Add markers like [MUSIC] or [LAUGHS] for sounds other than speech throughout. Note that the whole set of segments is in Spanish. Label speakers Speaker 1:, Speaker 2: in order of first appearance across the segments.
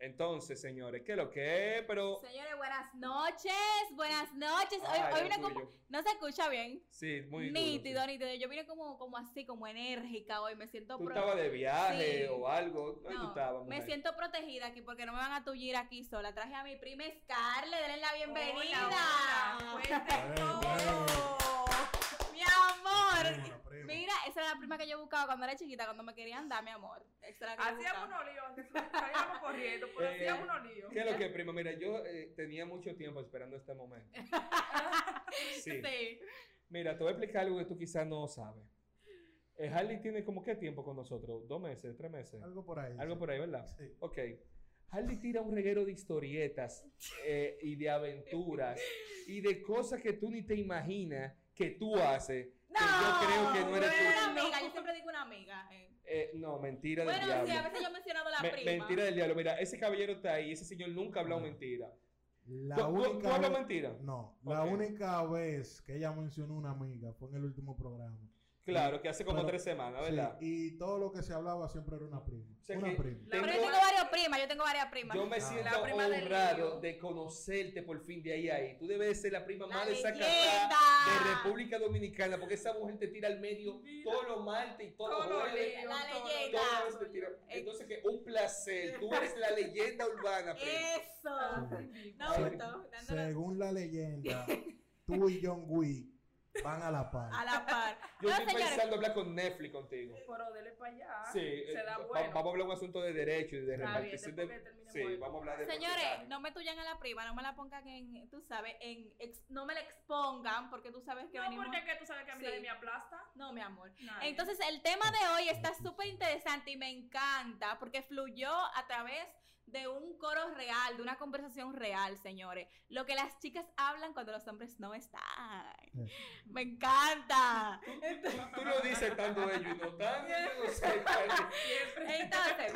Speaker 1: Entonces, señores, ¿qué es lo que es? Pero
Speaker 2: Señores, buenas noches, buenas noches. Hoy,
Speaker 1: Ay,
Speaker 2: hoy
Speaker 1: lo
Speaker 2: vine como-
Speaker 1: tuyo.
Speaker 2: No se escucha bien.
Speaker 1: sí, muy duro,
Speaker 2: nítido,
Speaker 1: sí.
Speaker 2: nítido. Yo vine como, como así, como enérgica hoy. Me siento
Speaker 1: Tú
Speaker 2: pro-
Speaker 1: estabas de viaje
Speaker 2: Sí.
Speaker 1: o algo. ¿Dónde tú
Speaker 2: No,
Speaker 1: estabas,
Speaker 2: me
Speaker 1: mujer?
Speaker 2: siento protegida aquí porque no me van a tullir aquí sola. Traje a mi prima Scarlett, denle la bienvenida. ¡Oh!
Speaker 3: Hola, hola. Cuenten
Speaker 4: Bueno,
Speaker 3: todo.
Speaker 2: Mi amor.
Speaker 4: Prima, prima.
Speaker 2: Mira, esa era la prima que yo buscaba cuando era chiquita, cuando me querían dar, mi amor. Esa era la que yo
Speaker 3: Hacíamos
Speaker 2: buscaba.
Speaker 3: unos líos, antes salíamos corriendo, pero
Speaker 1: Eh,
Speaker 3: hacíamos unos líos.
Speaker 1: ¿Qué es lo que, prima? Mira, yo eh, tenía mucho tiempo esperando este
Speaker 2: [LAUGHS]
Speaker 1: momento. Sí.
Speaker 2: Sí.
Speaker 1: Mira, te voy a explicar algo que tú quizás no sabes. Eh, Harley tiene como qué tiempo con nosotros, dos meses, tres meses.
Speaker 4: Algo por ahí.
Speaker 1: Algo
Speaker 4: sí.
Speaker 1: por ahí, ¿verdad?
Speaker 4: Sí.
Speaker 1: Ok. Harley tira un reguero de historietas eh, y de aventuras y de cosas que tú ni te imaginas que tú haces. que yo creo que no eres
Speaker 2: yo
Speaker 1: tú.
Speaker 2: era una amiga, yo siempre digo una amiga. eh.
Speaker 1: Eh, no, mentira del
Speaker 2: Bueno,
Speaker 1: diablo.
Speaker 2: sí, a veces yo he mencionado la
Speaker 1: Me-
Speaker 2: prima.
Speaker 1: mentira del diablo. Mira, ese caballero está ahí, ese señor nunca ha hablado
Speaker 4: Bueno.
Speaker 1: mentira.
Speaker 4: La
Speaker 1: ¿Tú- tú-
Speaker 4: única
Speaker 1: tú hablas
Speaker 4: vez-
Speaker 1: mentira?
Speaker 4: No, la
Speaker 1: Ok.
Speaker 4: única vez que ella mencionó una amiga fue en el último programa.
Speaker 1: Claro, que hace como
Speaker 4: Pero-
Speaker 1: tres semanas, ¿verdad?
Speaker 4: Sí, y todo lo que se hablaba siempre era una prima.
Speaker 1: O sea
Speaker 4: una
Speaker 1: que
Speaker 4: prima.
Speaker 3: La
Speaker 2: Pero yo
Speaker 3: prima-
Speaker 2: tengo varias primas, yo tengo varias primas.
Speaker 1: Yo me
Speaker 4: Ah.
Speaker 1: siento
Speaker 3: La prima del
Speaker 1: honrado
Speaker 3: lío.
Speaker 1: de conocerte por fin de ahí a ahí. Tú debes de ser la prima
Speaker 2: La
Speaker 1: más desacatada
Speaker 2: leyenda.
Speaker 1: de República Dominicana, porque esa mujer te tira al medio
Speaker 3: Mira.
Speaker 1: todos los martes y todos los
Speaker 3: Todo
Speaker 1: jueves.
Speaker 3: lío,
Speaker 2: La
Speaker 3: todo
Speaker 2: leyenda.
Speaker 1: Todas
Speaker 3: lío.
Speaker 1: te tira-
Speaker 2: Eh.
Speaker 1: Entonces, que un placer. Tú eres la leyenda urbana,
Speaker 2: Eh.
Speaker 1: prima.
Speaker 2: Eso.
Speaker 3: Sí.
Speaker 2: No,
Speaker 4: Sí.
Speaker 2: gustó, dándole
Speaker 4: Según
Speaker 2: [LAUGHS]
Speaker 4: la leyenda, tú y John Wick van a la par.
Speaker 2: a la par.
Speaker 1: Yo
Speaker 2: no,
Speaker 1: estoy
Speaker 2: señores,
Speaker 1: pensando hablar con Netflix contigo.
Speaker 3: Pero dele para allá.
Speaker 1: Sí,
Speaker 3: se
Speaker 1: eh,
Speaker 3: da
Speaker 1: va-
Speaker 3: bueno.
Speaker 1: vamos a hablar de un asunto de derecho y de
Speaker 3: Está
Speaker 1: repartición
Speaker 3: bien, después
Speaker 1: de.
Speaker 3: que terminemos
Speaker 1: Sí,
Speaker 3: esto.
Speaker 1: vamos a hablar [LAUGHS] de.
Speaker 2: Señores,
Speaker 1: propietario.
Speaker 2: no me tuyan a la prima, no me la pongan en, tú sabes, en, ex- no me la expongan porque tú sabes que
Speaker 3: no,
Speaker 2: venimos.
Speaker 3: porque que tú sabes que a mí
Speaker 2: Sí.
Speaker 3: nadie me aplasta.
Speaker 2: No, mi amor.
Speaker 3: Nadie.
Speaker 2: Entonces, el tema de hoy está súper interesante y me encanta porque fluyó a través de un coro real, de una conversación real, señores. Lo que las chicas hablan cuando los hombres no están.
Speaker 4: Sí.
Speaker 2: Me encanta.
Speaker 1: Tú lo dices tanto ellos y no tan. yo no
Speaker 2: [LAUGHS]
Speaker 1: sé,
Speaker 3: siempre.
Speaker 2: Entonces,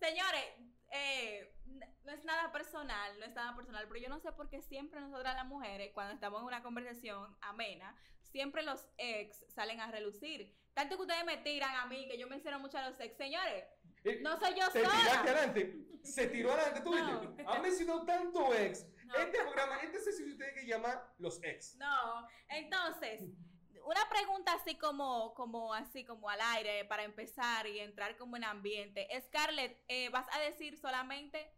Speaker 2: señores, eh, n- no es nada personal, no es nada personal, pero yo no sé por qué siempre nosotras las mujeres, cuando estamos en una conversación amena, siempre los ex salen a relucir. Tanto que ustedes me tiran a mí, que yo menciono mucho a los ex. Señores,
Speaker 1: Eh,
Speaker 2: no soy yo
Speaker 1: Se tiraste
Speaker 2: sola.
Speaker 1: adelante. Se tiró adelante. Tú
Speaker 2: No.
Speaker 1: viste. Ha mencionado tanto ex.
Speaker 2: No.
Speaker 1: Este programa, este sesión tiene que llamar los ex.
Speaker 2: No, entonces... Una pregunta así como, como así como al aire para empezar y entrar como en ambiente. Scarlett, eh, vas a decir solamente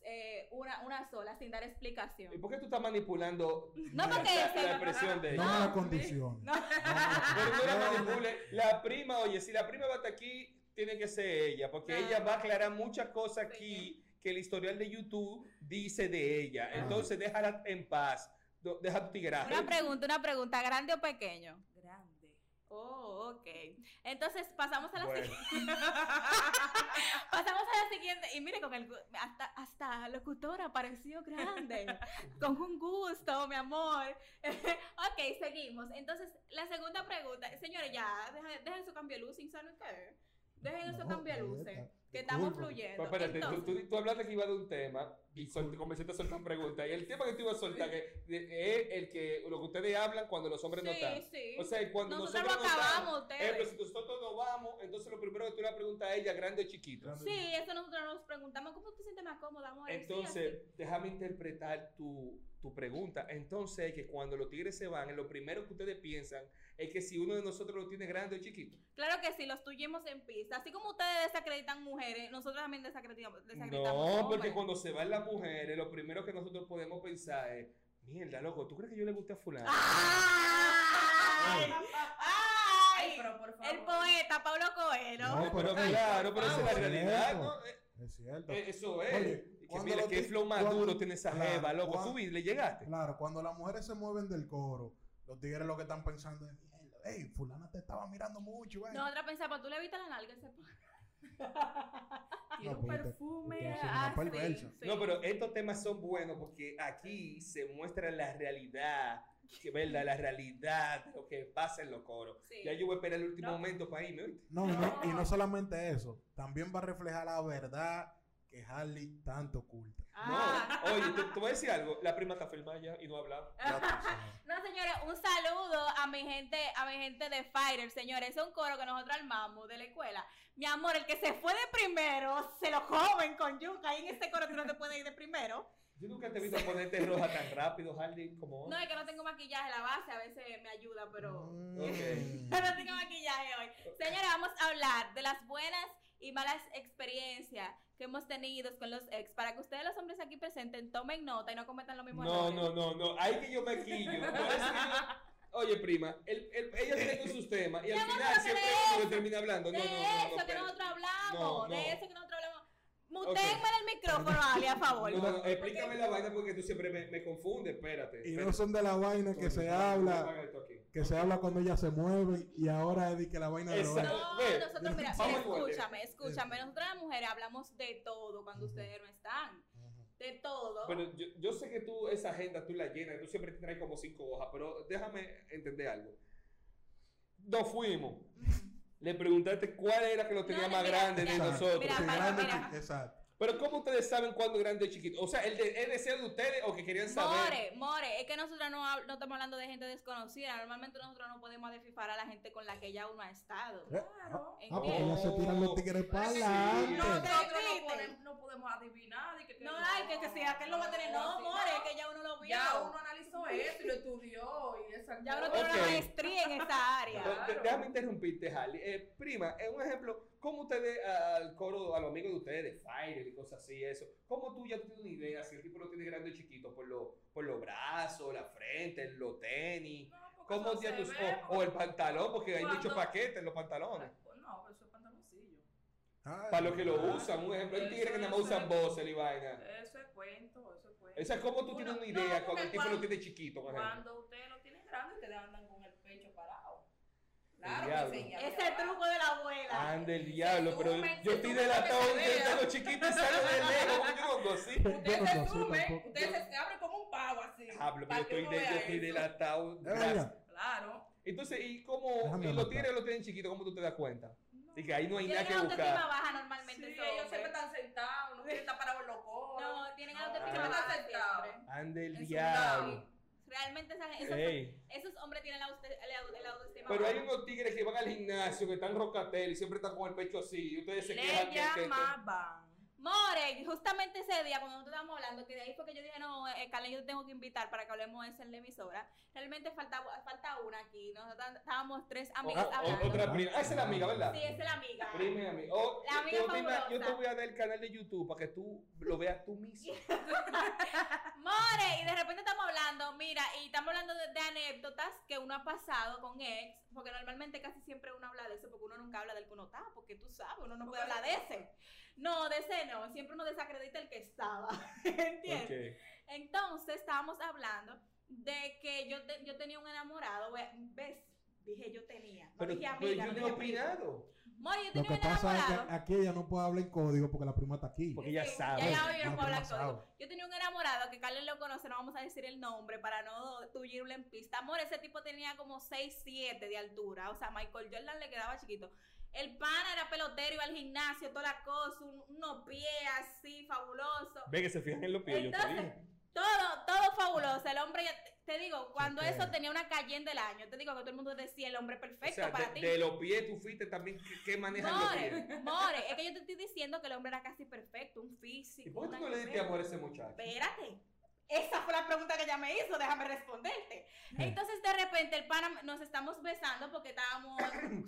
Speaker 2: eh, una, una sola sin dar explicación.
Speaker 1: ¿Y por qué tú estás manipulando
Speaker 2: No porque
Speaker 1: [LAUGHS] la,
Speaker 2: se-
Speaker 1: la expresión de
Speaker 4: No
Speaker 1: ella?
Speaker 4: me la
Speaker 2: No,
Speaker 4: condiciones.
Speaker 2: no.
Speaker 1: [LAUGHS] Pero no la
Speaker 4: No, no, no.
Speaker 1: manipule. La prima, oye, si la prima va hasta aquí, tiene que ser ella, porque
Speaker 2: No.
Speaker 1: ella va a aclarar muchas cosas aquí que el historial de YouTube dice de ella.
Speaker 4: Ah.
Speaker 1: Entonces, déjala en paz. Do- Deja tu tigraje.
Speaker 2: Una pregunta, una pregunta, ¿grande o pequeño?
Speaker 3: Grande.
Speaker 2: Oh, ok. Entonces pasamos a la
Speaker 1: Bueno.
Speaker 2: siguiente. [LAUGHS] pasamos a la siguiente. Y mire, con el gu- hasta, hasta locutora pareció grande. con un gusto, mi amor. [LAUGHS] ok, seguimos. Entonces, la segunda pregunta. Señores, ya, deja- dejen su cambio de luz, ¿saben qué? Dejen su
Speaker 4: No, eh,
Speaker 2: cambio de
Speaker 4: Violeta,
Speaker 2: luces, que estamos
Speaker 4: disculpa.
Speaker 1: Pero
Speaker 2: fluyendo.
Speaker 1: espérate, tú,
Speaker 2: Entonces-
Speaker 1: tú- tú hablaste que iba de un tema y sol- comenzaste a soltar preguntas. Y el tema que te iba a soltar que, de- es el que lo que ustedes hablan cuando los hombres no
Speaker 2: Sí,
Speaker 1: están.
Speaker 2: sí.
Speaker 1: O sea, cuando
Speaker 2: Nosotros
Speaker 1: nosotros,
Speaker 2: lo
Speaker 1: no estamos,
Speaker 2: acabamos, pues. ustedes.
Speaker 1: eh, pero si nosotros no vamos, entonces lo primero que tú le preguntas a ella, grande o chiquito.
Speaker 4: Grande.
Speaker 2: Sí, eso nosotros nos preguntamos, ¿cómo te sientes más cómoda, amor? Sí, así.
Speaker 1: Entonces, déjame interpretar tu, tu pregunta. Entonces, que cuando los tigres se van, lo primero que ustedes piensan es que si uno de nosotros lo tiene grande o chiquito.
Speaker 2: Claro que sí, los tuyimos en pista. Así como ustedes desacreditan mujeres, nosotros también desacreditamos. desacreditamos
Speaker 1: No,
Speaker 2: hombres.
Speaker 1: porque cuando se van las mujeres, lo primero que nosotros podemos pensar es, mierda, loco, ¿tú crees que yo le gusta a fulano?
Speaker 2: ¡Ah! ¡Ay!
Speaker 3: Ay,
Speaker 2: ¡Ay!
Speaker 3: pero por favor.
Speaker 2: El poeta Pablo Coelho.
Speaker 4: No,
Speaker 1: Pero
Speaker 4: ey,
Speaker 1: claro, pero esa es la
Speaker 4: vamos,
Speaker 1: realidad,
Speaker 4: cierto,
Speaker 1: ¿no? Eh,
Speaker 4: Es cierto.
Speaker 1: eh, Eso es.
Speaker 4: Oye,
Speaker 1: Y que
Speaker 4: cuando
Speaker 1: mira
Speaker 4: lo
Speaker 1: qué
Speaker 4: ti-
Speaker 1: flow más
Speaker 4: cuando-
Speaker 1: duro tiene esa
Speaker 4: Claro,
Speaker 1: jeva, loco.
Speaker 4: cuando-
Speaker 1: Tú vi- le llegaste.
Speaker 4: Claro, cuando las mujeres se mueven del coro, los tigres lo que están pensando es, "Mierda, ey, fulana te estaba mirando mucho, güey.
Speaker 2: No, otra pensaba, "Pues tú le viste la nalga a ese pa-
Speaker 3: Tiene
Speaker 4: No,
Speaker 3: un
Speaker 4: pero usted-
Speaker 3: perfume.
Speaker 4: usted hace
Speaker 3: ah,
Speaker 4: una perversa.
Speaker 2: sí.
Speaker 1: No, pero estos temas son buenos porque aquí se muestra la realidad, que verdad, la realidad, lo que pasa en los coros.
Speaker 2: Sí.
Speaker 1: Ya yo voy a esperar el último
Speaker 3: No.
Speaker 1: momento para irme, ¿oíste?
Speaker 4: No, y no,
Speaker 3: No.
Speaker 4: y no solamente eso, también va a reflejar la verdad que que Harley tanto oculta.
Speaker 3: Ah.
Speaker 1: No, oye, tú, tú vas a decir algo. La prima está filmada ya y no ha hablado.
Speaker 4: Ya tú sabes.
Speaker 2: No, señores, un saludo a mi gente, a mi gente de Fighter, señores. Es un coro que nosotros armamos de la escuela. Mi amor, el que se fue de primero, se lo comen con yuca. Ahí en este coro tú no te puedes ir de primero.
Speaker 1: Yo nunca te he visto ponerte roja tan rápido, Harley, como hoy.
Speaker 2: No, es que no tengo maquillaje, la base a veces me ayuda, pero
Speaker 4: Mm.
Speaker 1: Ok.
Speaker 2: [LAUGHS] no tengo maquillaje hoy. Señores, vamos a hablar de las buenas y malas experiencias que hemos tenido con los ex. Para que ustedes, los hombres aquí presentes, tomen nota y no cometan los mismos
Speaker 1: No, no,
Speaker 2: errores.
Speaker 1: no, no. Ahí que yo me quillo. No, es que yo- Oye, prima, el, el, ella tiene
Speaker 2: [LAUGHS]
Speaker 1: sus temas y al
Speaker 2: Ya vamos a
Speaker 1: final siempre
Speaker 2: hacer
Speaker 1: es uno que termina hablando.
Speaker 2: De
Speaker 1: No, no, no, no,
Speaker 2: eso que
Speaker 1: espérate.
Speaker 2: nosotros hablamos,
Speaker 1: No, no.
Speaker 2: de eso que nosotros hablamos. Mutenme
Speaker 1: [LAUGHS]
Speaker 2: el micrófono, Ali, a favor.
Speaker 1: No, no, explícame la vaina porque tú siempre me, me confundes. Espérate.
Speaker 4: Y
Speaker 1: espérate.
Speaker 4: no son de la vaina que se habla,
Speaker 1: Apaga esto aquí.
Speaker 4: que se habla cuando ella se mueve y ahora es de que la vaina de
Speaker 1: Exacto.
Speaker 4: ahora.
Speaker 2: No,
Speaker 1: Ve,
Speaker 2: nosotros, mira,
Speaker 1: vamos
Speaker 2: mira,
Speaker 1: en orden.
Speaker 2: escúchame, escúchame. Nosotras las mujeres hablamos de todo cuando
Speaker 4: Ujú.
Speaker 2: ustedes no están. De todo.
Speaker 1: Bueno, yo, yo sé que tú esa agenda tú la llenas, tú siempre tienes como cinco hojas, pero déjame entender algo. Nos fuimos. Le preguntaste cuál era que lo tenía
Speaker 2: no,
Speaker 1: más
Speaker 2: mira,
Speaker 1: grande de
Speaker 2: mira,
Speaker 1: nosotros.
Speaker 2: mira,
Speaker 4: Que
Speaker 2: Paco,
Speaker 4: grande
Speaker 2: mira.
Speaker 4: que- Exacto.
Speaker 1: Pero ¿cómo ustedes saben cuándo grande o chiquito? O sea, ¿el, de, ¿el deseo de ustedes o que querían saber?
Speaker 2: More, more, es que nosotros no, hab- no estamos hablando de gente desconocida. Normalmente nosotros no podemos desfifar a la gente con la que ya uno ha estado.
Speaker 4: Eh,
Speaker 3: Claro.
Speaker 4: Ah, pues
Speaker 2: ¿Entiendes?
Speaker 4: ya se tiran los tigres para
Speaker 1: Sí.
Speaker 4: adelante.
Speaker 3: No,
Speaker 2: te
Speaker 3: nosotros
Speaker 2: repite.
Speaker 3: no, podemos, no podemos adivinar. de que- que
Speaker 2: No, ay, que, que si aquel lo va a tener. No,
Speaker 3: así,
Speaker 2: more,
Speaker 3: no.
Speaker 2: que ya uno lo vio.
Speaker 3: Ya uno
Speaker 2: [LAUGHS]
Speaker 3: analizó eso y lo estudió y esa
Speaker 2: Ya uno
Speaker 3: cosa.
Speaker 2: tiene
Speaker 1: Ok.
Speaker 2: una maestría en esa área.
Speaker 1: Pero, de-
Speaker 3: Claro.
Speaker 1: Eh, Déjame interrumpirte, Harley. Eh, prima, es un ejemplo, ¿cómo ustedes a- al coro, a los amigos de ustedes, de Fire y cosas así, eso? ¿Cómo tú ya tienes una idea si el tipo lo tiene grande o chiquito? Por, lo, por los brazos, la frente, los tenis.
Speaker 3: No, porque
Speaker 1: ¿Cómo
Speaker 3: eso
Speaker 1: te
Speaker 3: se
Speaker 1: tus
Speaker 3: ve,
Speaker 1: o, o el pantalón? Porque hay
Speaker 3: Cuando-
Speaker 1: muchos paquetes en los pantalones.
Speaker 3: porque- No, pero eso es pantaloncillo.
Speaker 4: Ay,
Speaker 1: Para los que lo
Speaker 4: ah,
Speaker 1: usan, un ejemplo, hay
Speaker 3: Eso
Speaker 1: tigres que nada más
Speaker 3: no se
Speaker 1: usan
Speaker 3: ve.
Speaker 1: boxer y vaina.
Speaker 3: Eso es cuento, eso es cuento.
Speaker 1: Esa es como tú
Speaker 3: Uno-
Speaker 1: tienes una
Speaker 3: no,
Speaker 1: idea cuando
Speaker 3: porque
Speaker 1: el tipo lo
Speaker 3: cuando-
Speaker 1: tiene chiquito, por ejemplo.
Speaker 3: Cuando ustedes lo tienen grande, ustedes andan con el pecho parado.
Speaker 1: diablo.
Speaker 3: Claro, que sí, ya
Speaker 2: Ese
Speaker 3: te va.
Speaker 2: truco de la abuela.
Speaker 1: Ande el diablo,
Speaker 3: Se
Speaker 1: pero
Speaker 3: sume,
Speaker 1: yo
Speaker 3: se
Speaker 1: estoy
Speaker 3: sume
Speaker 1: delatado,
Speaker 3: para que se
Speaker 1: yo
Speaker 3: vea.
Speaker 1: tengo chiquito y salgo de lejos, porque yo no hago así.
Speaker 4: Yo no
Speaker 3: Ustedes se
Speaker 4: sé
Speaker 3: suben,
Speaker 4: tampoco.
Speaker 3: ustedes se abren como un pavo así.
Speaker 1: Hablo, Ah, pero
Speaker 3: para
Speaker 1: yo
Speaker 3: que
Speaker 1: estoy,
Speaker 3: uno
Speaker 1: de,
Speaker 3: vea
Speaker 1: yo estoy
Speaker 3: eso.
Speaker 1: delatado.
Speaker 4: Eh, mira,
Speaker 3: Claro.
Speaker 1: Entonces, ¿y cómo
Speaker 4: Déjame
Speaker 1: y lo
Speaker 4: anotar.
Speaker 1: tienen lo tienen chiquito? ¿Cómo tú te das cuenta?
Speaker 3: No.
Speaker 1: Y que ahí no hay
Speaker 2: Tienen
Speaker 1: nada que
Speaker 2: autoestima
Speaker 1: buscar.
Speaker 2: baja
Speaker 3: Sí,
Speaker 2: normalmente. esos
Speaker 3: ellos
Speaker 2: hombres.
Speaker 3: siempre están sentados, no quieren estar parados en los coros.
Speaker 2: No, tienen
Speaker 3: No,
Speaker 2: autoestima
Speaker 1: siempre
Speaker 2: baja
Speaker 3: están sentados.
Speaker 2: siempre.
Speaker 1: Ande el
Speaker 3: en su
Speaker 1: diablo.
Speaker 3: lado.
Speaker 2: Realmente esa- esos,
Speaker 1: Ey.
Speaker 2: esos hombres tienen la, auste- la au- la autoestima
Speaker 1: Pero
Speaker 2: baja.
Speaker 1: hay unos tigres que van al gimnasio, que están rocatel y siempre están con el pecho así. Y ustedes se quejan
Speaker 3: Le
Speaker 1: que- que- que-
Speaker 3: [LAUGHS] llamaban.
Speaker 2: More, justamente ese día cuando nosotros estábamos hablando, que de ahí fue que yo dije, no, eh, Carla, yo te tengo que invitar para que hablemos de eso en la emisora. Realmente falta, falta una aquí. Nosotros estábamos tres
Speaker 1: o-
Speaker 2: amigas
Speaker 1: o-
Speaker 2: hablando.
Speaker 1: otra prima. Ah, esa es la amiga, ¿verdad?
Speaker 2: Sí, esa es la amiga.
Speaker 1: Prima y amiga. Oh,
Speaker 2: La amiga
Speaker 1: yo, te-
Speaker 2: fabulosa.
Speaker 1: yo te voy a dar el canal de YouTube para que tú lo veas tú
Speaker 2: [LAUGHS]
Speaker 1: mismo.
Speaker 2: More, y de repente estamos hablando, mira, y estamos hablando de, de anécdotas que uno ha pasado con ex, porque normalmente casi siempre uno habla de eso, porque uno nunca habla del que uno está, porque tú sabes, uno no puede hablar de ese. No, de ese no, siempre uno desacredita el que estaba, [LAUGHS] ¿entiendes?
Speaker 1: Ok.
Speaker 2: Entonces estábamos hablando de que yo, te- yo tenía un enamorado, we- ¿ves? Dije yo tenía, no
Speaker 1: Pero,
Speaker 2: dije
Speaker 1: pero
Speaker 2: amiga,
Speaker 1: yo no
Speaker 2: no
Speaker 1: he
Speaker 2: dije prima.
Speaker 1: opinado.
Speaker 2: More, yo
Speaker 4: Lo
Speaker 2: tenía
Speaker 4: que
Speaker 2: un
Speaker 4: pasa es
Speaker 2: enamorado.
Speaker 4: que ah, aquí ella no puede hablar en código porque la prima está aquí.
Speaker 1: Porque ella
Speaker 2: Sí,
Speaker 1: sabe.
Speaker 2: Ya, ya, hoy yo
Speaker 4: La
Speaker 2: no puedo
Speaker 4: prima
Speaker 2: hablar código.
Speaker 4: sabe.
Speaker 2: Yo tenía un enamorado que Carlos lo conoce, no vamos a decir el nombre para no tullirle en pista. Amor, ese tipo tenía como 6, 7 de altura. O sea, Michael Jordan le quedaba chiquito. El pana era pelotero, iba al gimnasio, toda la cosa, un- unos pies así, fabuloso.
Speaker 1: Ve que se fijan en los pies, yo te
Speaker 2: Entonces,
Speaker 1: dije.
Speaker 2: Todo, todo fabuloso. El hombre, ya te, te digo, cuando
Speaker 4: Ok.
Speaker 2: eso tenía una calle del año, te digo que todo el mundo decía el hombre
Speaker 1: O
Speaker 2: perfecto
Speaker 1: sea,
Speaker 2: para
Speaker 1: de,
Speaker 2: ti.
Speaker 1: de los pies tú fuiste también que, que manejan los
Speaker 2: [LAUGHS]
Speaker 1: pies.
Speaker 2: More, more, es que yo te estoy diciendo que el hombre era casi perfecto, un físico.
Speaker 1: ¿Y por qué tú
Speaker 2: una
Speaker 1: no le diste
Speaker 2: cosa.
Speaker 1: amor a ese muchacho?
Speaker 2: Espérate. Esa fue la pregunta que ella me hizo, déjame
Speaker 1: [LAUGHS]
Speaker 2: responderte.
Speaker 4: Sí.
Speaker 2: Entonces, de repente, el pana, nos estamos besando
Speaker 1: [COUGHS]
Speaker 2: porque estábamos,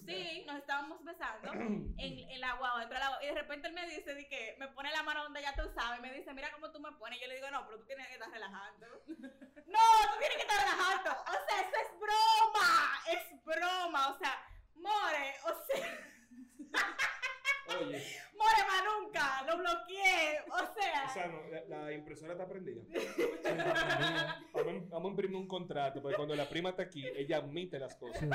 Speaker 2: sí, nos estábamos besando en, en la guagua, dentro de la guagua, Y de repente él me dice, de que me pone la mano donde ya tú sabes, me dice, mira cómo tú me pones. Yo le digo, no, pero tú tienes que estar relajando. no, tú tienes que estar relajando. O sea, eso es broma, es broma. O sea, more, o sea.
Speaker 1: [CLEARS THROAT]
Speaker 2: [LAUGHS]
Speaker 1: Oye,
Speaker 2: More más nunca, lo bloqueé. O sea,
Speaker 1: o sea, no, la, la impresora está
Speaker 2: [LAUGHS]
Speaker 1: prendida. Vamos, vamos a imprimir un contrato, porque cuando la prima está aquí, ella admite las cosas.
Speaker 4: Sí.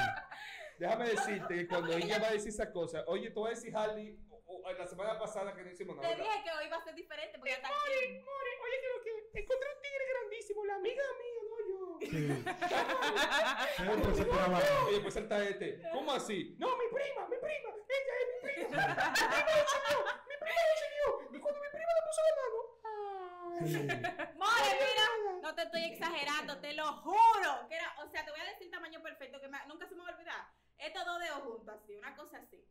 Speaker 1: Déjame decirte que cuando ella va a decir esas cosas, oye, tú vas a decir Harley, o- o la semana pasada que no hicimos nada.
Speaker 2: te
Speaker 1: ¿verdad?
Speaker 2: dije que hoy va a ser diferente porque ya está aquí.
Speaker 1: More, oye, creo que encontré un tigre grandísimo, la amiga mía, no yo. [LAUGHS]
Speaker 4: Sí. Siempre se tira abajo.
Speaker 1: Oye, pues salta este. ¿Cómo así? No, mi prima, mi prima, ella es mi prima. Mi prima lo chequeó, mi prima lo chequeó. Y cuando mi prima le
Speaker 4: Sí.
Speaker 2: More, mira, no te estoy exagerando, te lo juro. Que era, o sea, te voy a decir el tamaño perfecto que me- nunca se me va a olvidar. Estos dos dedos juntos, así, una cosa así.